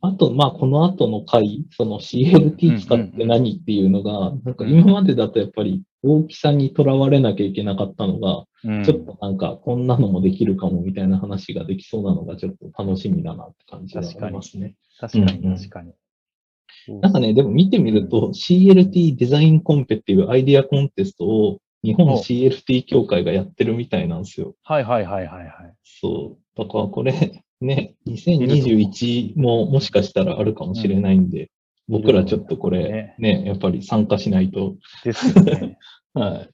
[SPEAKER 1] あと、まあ、この後の回、その CLT 使って何っていうのが、なんか今までだとやっぱり大きさにとらわれなきゃいけなかったのが、
[SPEAKER 2] んうん
[SPEAKER 1] ちょっとなんか、こんなのもできるかもみたいな話ができそうなのがちょっと楽しみだなって感じがありますね。
[SPEAKER 2] 確か
[SPEAKER 1] うんう
[SPEAKER 2] に
[SPEAKER 1] ん
[SPEAKER 2] 確かに。
[SPEAKER 1] なんかね、でも見てみると、CLT デザインコンペっていうアイディアコンテストを日本
[SPEAKER 2] お
[SPEAKER 1] CLT 協会がやってるみたいなんですよ。
[SPEAKER 2] はいはいはいはいはい。
[SPEAKER 1] そう。だからこれ、ね、2021ももしかしたらあるかもしれないんで、
[SPEAKER 2] うん
[SPEAKER 1] 僕らちょっとこれ
[SPEAKER 2] ね、
[SPEAKER 1] ね、やっぱり参加しないと。
[SPEAKER 2] ですよね。
[SPEAKER 1] はい。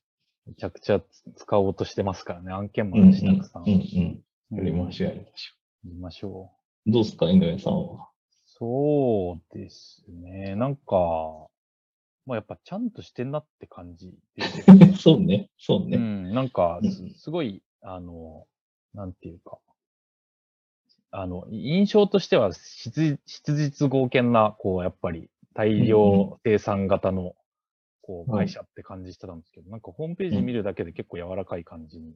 [SPEAKER 2] めちゃくちゃ使おうとしてますからね。案件も
[SPEAKER 1] うんうん、う
[SPEAKER 2] あるし、たくさん。
[SPEAKER 1] んうん。やりましょう、
[SPEAKER 2] や
[SPEAKER 1] やりましょ
[SPEAKER 2] りましょう。
[SPEAKER 1] う。どうですか、井上さんは。
[SPEAKER 2] そうですね。なんか、まあやっぱちゃんとしてんなって 感じですよね。
[SPEAKER 1] そうね、そう
[SPEAKER 2] う
[SPEAKER 1] ね。
[SPEAKER 2] ん、なんか
[SPEAKER 1] うん
[SPEAKER 2] す、すごい、あの、なんていうか、あの、印象としては、質質実剛健な、こう、やっぱり、大量生産型の、こう、
[SPEAKER 1] はい
[SPEAKER 2] 会社って感じしてたんですけど、なんかホームページ見るだけで結構柔らかい感じに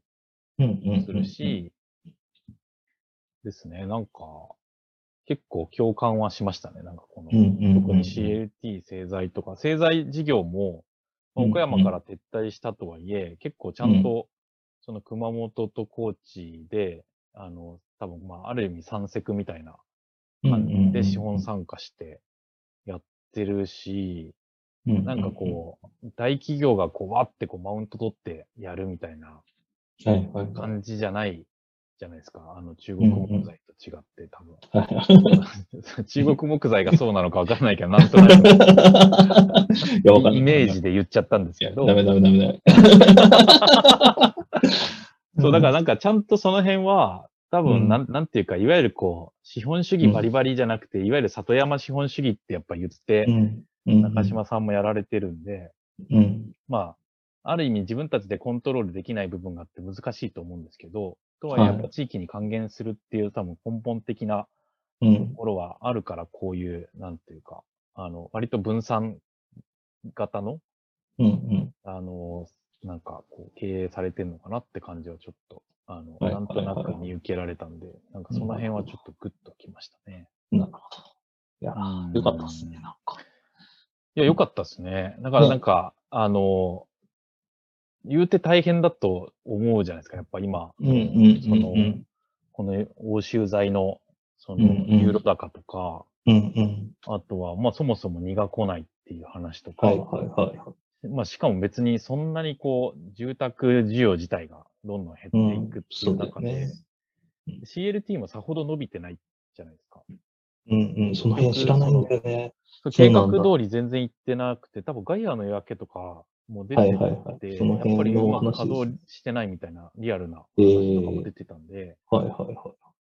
[SPEAKER 1] うんうんうん
[SPEAKER 2] する、し、ですね、なんか、結構共感はしましたね、なんかこの、
[SPEAKER 1] うんうんうん、
[SPEAKER 2] 特に CLT 製材とか、製材事業も、まあ
[SPEAKER 1] うん
[SPEAKER 2] 岡山から撤退したとはいえ、結構ちゃんと、その熊本と高知で、あの、多分まあ、ある意味三セクみたいな感じで資本参加してやってるし、
[SPEAKER 1] ん
[SPEAKER 2] なんかこう、大企業がこう、わってこう、マウント取ってやるみたいな
[SPEAKER 1] う、はいはいはい
[SPEAKER 2] 感じじゃないじゃないですか。あの、中国木材と違って、多分。 中国木材がそうなのかわかんないけど、なんとなく。
[SPEAKER 1] い や、わかんない
[SPEAKER 2] イメージで言っちゃったんで
[SPEAKER 1] い
[SPEAKER 2] すけ
[SPEAKER 1] や
[SPEAKER 2] ど、
[SPEAKER 1] ダメダメダメダメ。
[SPEAKER 2] そう、だから
[SPEAKER 1] ら、
[SPEAKER 2] なんかちゃんとその辺は、
[SPEAKER 1] う
[SPEAKER 2] 多
[SPEAKER 1] ん
[SPEAKER 2] 分なん、なんていうか、いわゆるこう、資本主義バリバリじゃなくて、いわゆる里山資本主義ってやっぱ言って
[SPEAKER 1] う、んうん、
[SPEAKER 2] 中島さんもやられてるんで、
[SPEAKER 1] うん、
[SPEAKER 2] まあ、ある意味自分たちでコントロールできない部分があって難しいと思うんですけど、とはいえ、
[SPEAKER 1] は
[SPEAKER 2] や
[SPEAKER 1] い
[SPEAKER 2] っぱ地域に還元するっていう多分根本的な
[SPEAKER 1] うん
[SPEAKER 2] と、ころはあるから、こういう、なんていうか、あの、割と分散型の、
[SPEAKER 1] うん、うん。
[SPEAKER 2] あの、なんか、こう、経営されてんのかなって感じはちょっと、あの、
[SPEAKER 1] はい
[SPEAKER 2] なんとな
[SPEAKER 1] はい
[SPEAKER 2] く
[SPEAKER 1] はい
[SPEAKER 2] 見受けられたんで、なんかその辺はちょっとグッときましたね。
[SPEAKER 1] なるほど。いや、よかったっすね、
[SPEAKER 2] うん
[SPEAKER 1] なんか。
[SPEAKER 2] いや、よかったですね。だからなんか、あの、言うて大変だと思うじゃないですか、やっぱ今。
[SPEAKER 1] うん、うん、
[SPEAKER 2] その、この欧州材の、そ
[SPEAKER 1] うん
[SPEAKER 2] の、
[SPEAKER 1] うん
[SPEAKER 2] ユーロ高とか、
[SPEAKER 1] うんうん。
[SPEAKER 2] あとは、まあそもそも荷が来ないっていう話とか、
[SPEAKER 1] はいはいはい。
[SPEAKER 2] まあしかも別にそんなにこう、住宅需要自体がどんどん減っていくっていう中で、
[SPEAKER 1] うんそうだよね
[SPEAKER 2] CLT もさほど伸びてないじゃないですか。
[SPEAKER 1] うんうん。その辺知らないんだよね。そう
[SPEAKER 2] 計
[SPEAKER 1] な
[SPEAKER 2] 画
[SPEAKER 1] ん
[SPEAKER 2] 通
[SPEAKER 1] だ
[SPEAKER 2] り全然行ってなくて、多分ガイアの夜明けとかも出て
[SPEAKER 1] は
[SPEAKER 2] て、
[SPEAKER 1] いはいはい。その
[SPEAKER 2] やっぱり
[SPEAKER 1] 辺
[SPEAKER 2] う
[SPEAKER 1] の
[SPEAKER 2] ま
[SPEAKER 1] お
[SPEAKER 2] く
[SPEAKER 1] 話
[SPEAKER 2] 稼
[SPEAKER 1] です
[SPEAKER 2] 働。してないみたいなリアルな
[SPEAKER 1] え
[SPEAKER 2] 話とかも
[SPEAKER 1] ー
[SPEAKER 2] 出、てたんで、
[SPEAKER 1] はいはいはい。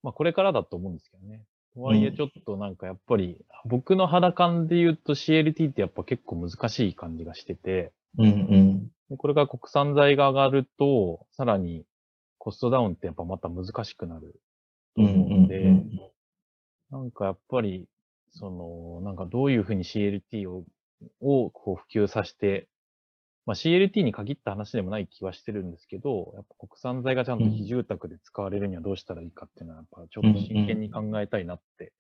[SPEAKER 2] まあこれからだと思うんですけどね。とはいえ
[SPEAKER 1] うん
[SPEAKER 2] ちょっとなんかやっぱり、僕の肌感で言うと CLT ってやっぱ結構難しい感じがしてて、
[SPEAKER 1] うん
[SPEAKER 2] でこれが国産材が上がると、さらにコストダウンってやっぱまた難しくなる
[SPEAKER 1] う
[SPEAKER 2] と
[SPEAKER 1] ん。うん
[SPEAKER 2] 思うん
[SPEAKER 1] う
[SPEAKER 2] で、
[SPEAKER 1] ん
[SPEAKER 2] なんかやっぱり、その、なんかどういうふうに CLT を、をこう普及させて、まあ CLT に限った話でもない気はしてるんですけど、やっぱ国産材がちゃんと
[SPEAKER 1] うん
[SPEAKER 2] 非住宅で使われるにはどうしたらいいかっていうのは、やっぱちょっと真剣に考えたいなって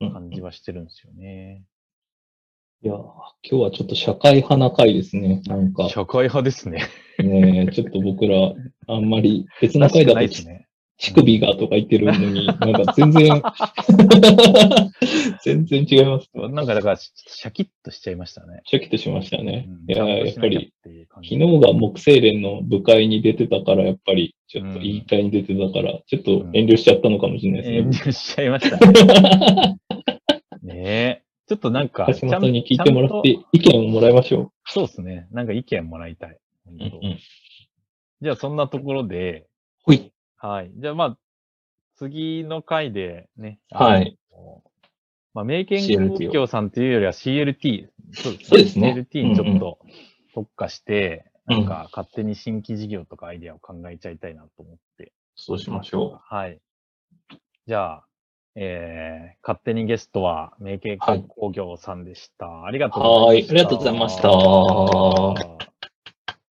[SPEAKER 1] うん。
[SPEAKER 2] 感じはしてるんですよね。
[SPEAKER 1] いやー、今日はちょっと社会派な回ですね。なんか
[SPEAKER 2] 社会派ですね。
[SPEAKER 1] ね、ちょっと僕ら、あんまり別の
[SPEAKER 2] らし
[SPEAKER 1] 回
[SPEAKER 2] く
[SPEAKER 1] だ
[SPEAKER 2] ない
[SPEAKER 1] と
[SPEAKER 2] ですね。
[SPEAKER 1] 乳首がとか言ってるのに、なんか全然、全然違います。
[SPEAKER 2] なんかだから、シャキッとしちゃいましたね。
[SPEAKER 1] シャキッとしましたね。いやー、やっぱり、
[SPEAKER 2] 昨
[SPEAKER 1] 昨日が木星連の部会に出てたから、やっぱり、ちょっと
[SPEAKER 2] うん
[SPEAKER 1] 委員会に出てたから、ちょっと遠慮しちゃったのかもしれない
[SPEAKER 2] 遠
[SPEAKER 1] で
[SPEAKER 2] 慮しちゃいましたね。
[SPEAKER 1] すね。
[SPEAKER 2] ねえ。ちょっとなんか、
[SPEAKER 1] 橋本に聞いてもらっ
[SPEAKER 2] ちゃん
[SPEAKER 1] て
[SPEAKER 2] と、
[SPEAKER 1] 意見をもらいましょ
[SPEAKER 2] そうですね。なんか意見もらいたい。本
[SPEAKER 1] う。
[SPEAKER 2] 当じゃあそんなところで、
[SPEAKER 1] ほい。
[SPEAKER 2] はい。じゃあまあ、次の回でね。
[SPEAKER 1] はい
[SPEAKER 2] あの。まあ、名犬国協さんっていうよりは CLT。そう
[SPEAKER 1] そうですね
[SPEAKER 2] CLT にちょっと特化して、
[SPEAKER 1] うんうん
[SPEAKER 2] なんか勝手に新規事業とかアイデアを考えちゃいたいなと思って。
[SPEAKER 1] そうしましょ
[SPEAKER 2] はい。じゃあ、えー、勝手にゲストは、名犬工業さんでした。ありが
[SPEAKER 1] う。
[SPEAKER 2] とうございまし
[SPEAKER 1] はー
[SPEAKER 2] た。
[SPEAKER 1] い。ありがとうございました。
[SPEAKER 2] た。